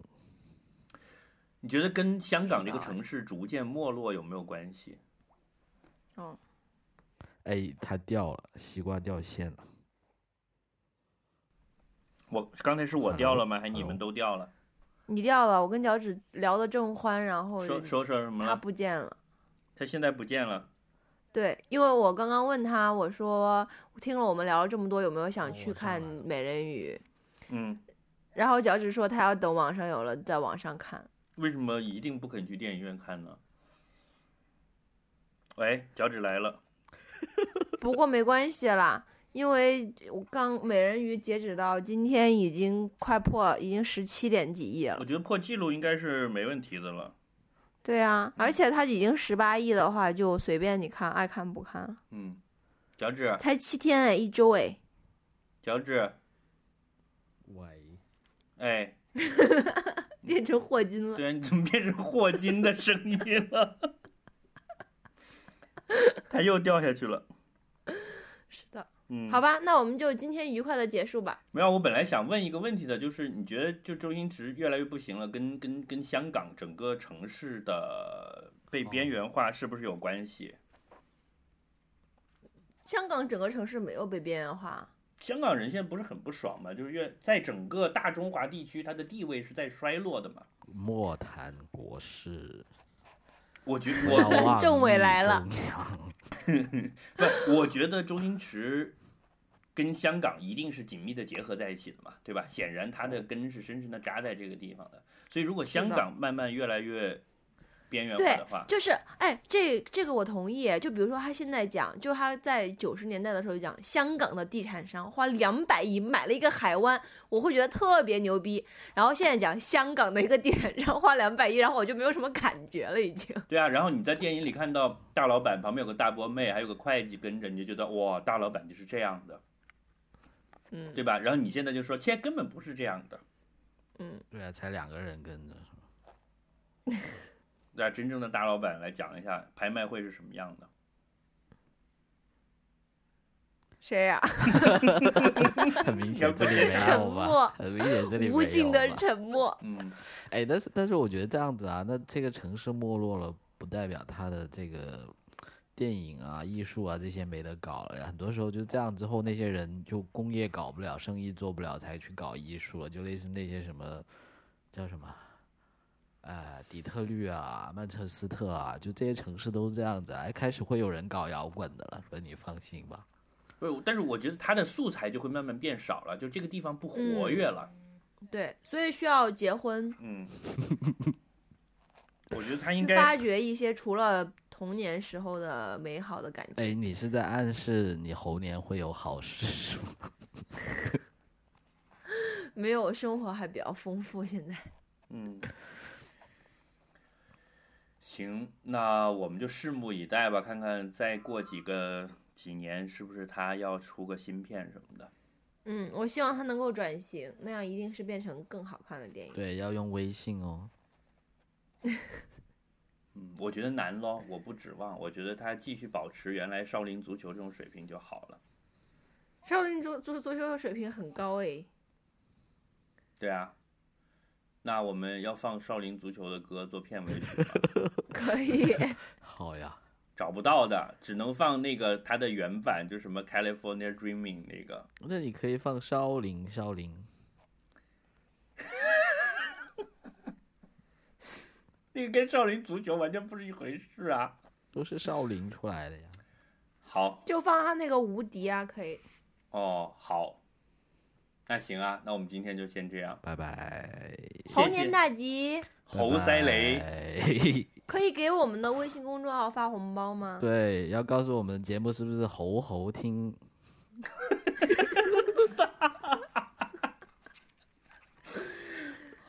你觉得跟香港这个
不知道
城市逐渐没落有没有关系？
哎，他掉了，西瓜掉线了。
我刚才是我掉了吗？还你们都掉了？
你掉了，我跟脚趾聊得正欢，然后
说说说什么
他
了？
不见了。
他现在不见了。
对，因为我刚刚问他，我说听了我们聊了这么多，有没有想
哦
去
我上
看
来了
美人鱼？
嗯，
然后脚趾说他要等网上有了在网上看。
为什么一定不肯去电影院看呢？喂，脚趾来了。
不过没关系啦，因为我刚美人鱼截止到今天已经快破，已经十七点几
啊
亿了
我。觉得破纪录应该是没问题的了。
对啊，
嗯
而且它已经十八亿的话，就随便你看，爱看不看。
嗯，脚趾，
才七天哎，一周哎，
脚趾，
喂，
哎，
变成霍金了。
对啊，你怎么变成霍金的声音了？他又掉下去了。
是的，
嗯，
好，吧，那我们就今天愉快的结束吧。
没有，我本来想问一个问题的，就是你觉得就周星驰越来越不行了，跟跟跟香港整个城市的被
哦
边缘化是不是有关系？
香港整个城市没有被边缘化，
香港人现在不是很不爽嘛，就是越在整个大中华地区，它的地位是在衰落的嘛。
莫谈国事，
我觉得
不要
我
忘
政委
忆
来了
中央。
不，我觉得周星驰跟香港一定是紧密的结合在一起的嘛，对吧？显然他的根是深深的扎在这个地方的，所以如果香港慢慢越来越边缘化
对
的话，
就是哎，这这个我同意。就比如说他现在讲，就他在九十年代的时候讲，香港的地产商花两百亿买了一个海湾，我会觉得特别牛逼。然后现在讲香港的一个地产商花两百亿，然后我就没有什么感觉了，已经。
对啊。然后你在电影里看到大老板旁边有个大波妹，还有个会计跟着，你就觉得哇，大老板就是这样的，
嗯，
对吧？然后你现在就说，现在根本不是这样的。
对啊，才两个人跟着，是吧
对啊，真正的大老板来讲一下拍卖会是什么样的。
谁呀、
很明显这里没
沉
有
默
吧？很明显这里没有
无尽的
吧
沉默。
嗯，
哎，但是但是我觉得这样子啊，那这个城市没落了，不代表它的这个电影啊、艺术啊这些没得搞了。很多时候就这样之后，那些人就工业搞不了，生意做不了，才去搞艺术了。就类似那些什么叫什么，呃，底特律啊、曼彻斯特啊，就这些城市都是这样子啊。哎，开始会有人搞摇滚的了，所以你放心吧。
不是，但是我觉得他的素材就会慢慢变少了，就这个地方不活跃了。
对，所以需要 结婚
嗯， 我觉得他应
去
该
发掘一些除了童年时候的美好的感
哎，
情。
你是在暗示你猴年会有好事吗？哎
没有生活还比较丰富，现在
嗯，行，那我们就拭目以待吧，看看再过几个几年是不是他要出个芯片什么的。
嗯，我希望他能够转型，那样一定是变成更好看的电影。
对，要用微信哦。
嗯，我觉得难咯，我不指望，我觉得他继续保持原来少林足球这种水平就好了。
少林足足足球的水平很高哎，
对啊，那我们要放少林足球的歌做片尾曲吗，
可以。
好呀，
找不到的，只能放那个它的原版，就什么 California Dreaming 那个。
那你可以放少林，少林。
那个跟少林足球完全不是一回事啊！
都是少林出来的呀。
好
就放他那个无敌啊，可以。
哦，好，那行啊，那我们今天就先这样。
拜拜，
谢
猴年
谢
大吉，
猴塞雷，
雷。
可以给我们的微信公众号发红包吗？
对，要告诉我们节目是不是猴猴听？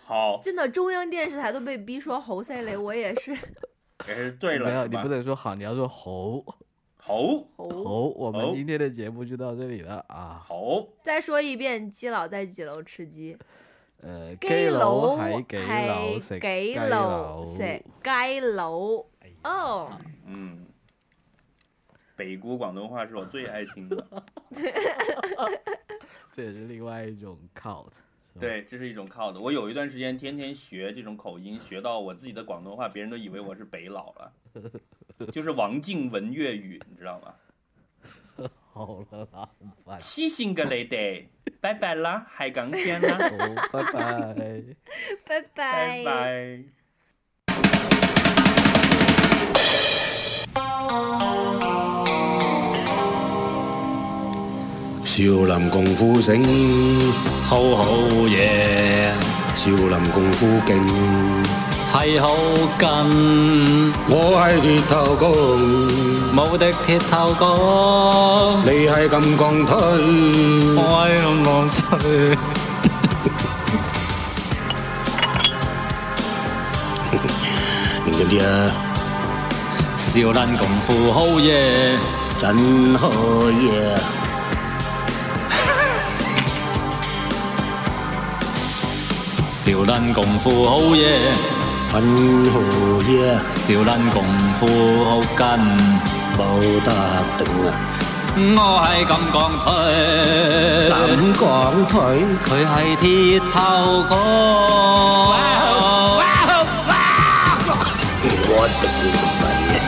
好，
真的，中央电视台都被逼说猴赛雷，我也是
也是对
没
了，
有，
是
你
吧
不能说好，你要说猴
猴
猴。
猴。我们
猴
今天的节目就到这里了啊。
猴，
再说一遍，基佬在几楼吃鸡？
呃，
鸡
佬
佬
还
雞
给佬食
雞
雞
佬
佬
食雞佬。
哎
哦，
嗯，北姑广东话是我最爱听的，
这也是另外一种 cult。
对，这是一种靠的。我有一段时间天天学这种口音，学到我自己的广东话，别人都以为我是北佬 了，就是王静文粤语，你知道吗？
好了啦，晚安
七星个雷得，拜拜啦，海港见啦，
拜拜。
拜
拜
拜。
拜。
少林功夫醒，
好好嘢，
少林功夫勁，
係好近，
我係鐵頭功，
無敵鐵頭哥，
你係金剛腿，
我係龍王隊。
認真啲啊，
少林功夫好嘢，
真好嘢！
少林功夫好嘢，
很好嘢，
少林功夫好近，
冇得頂啊！
我係咁講佢，
金剛腿，
佢係鐵頭哥。
我頂你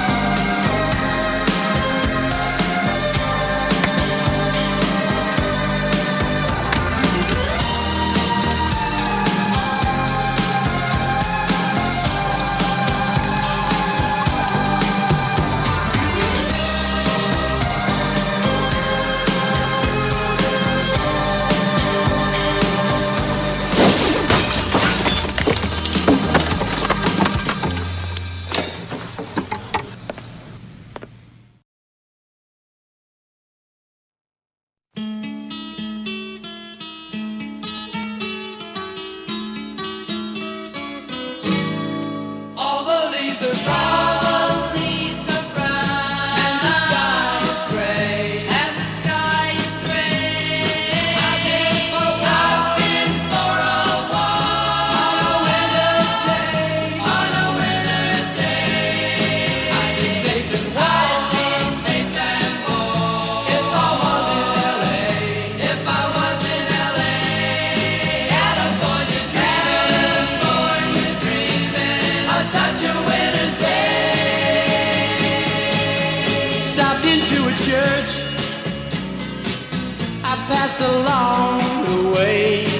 passed along the way.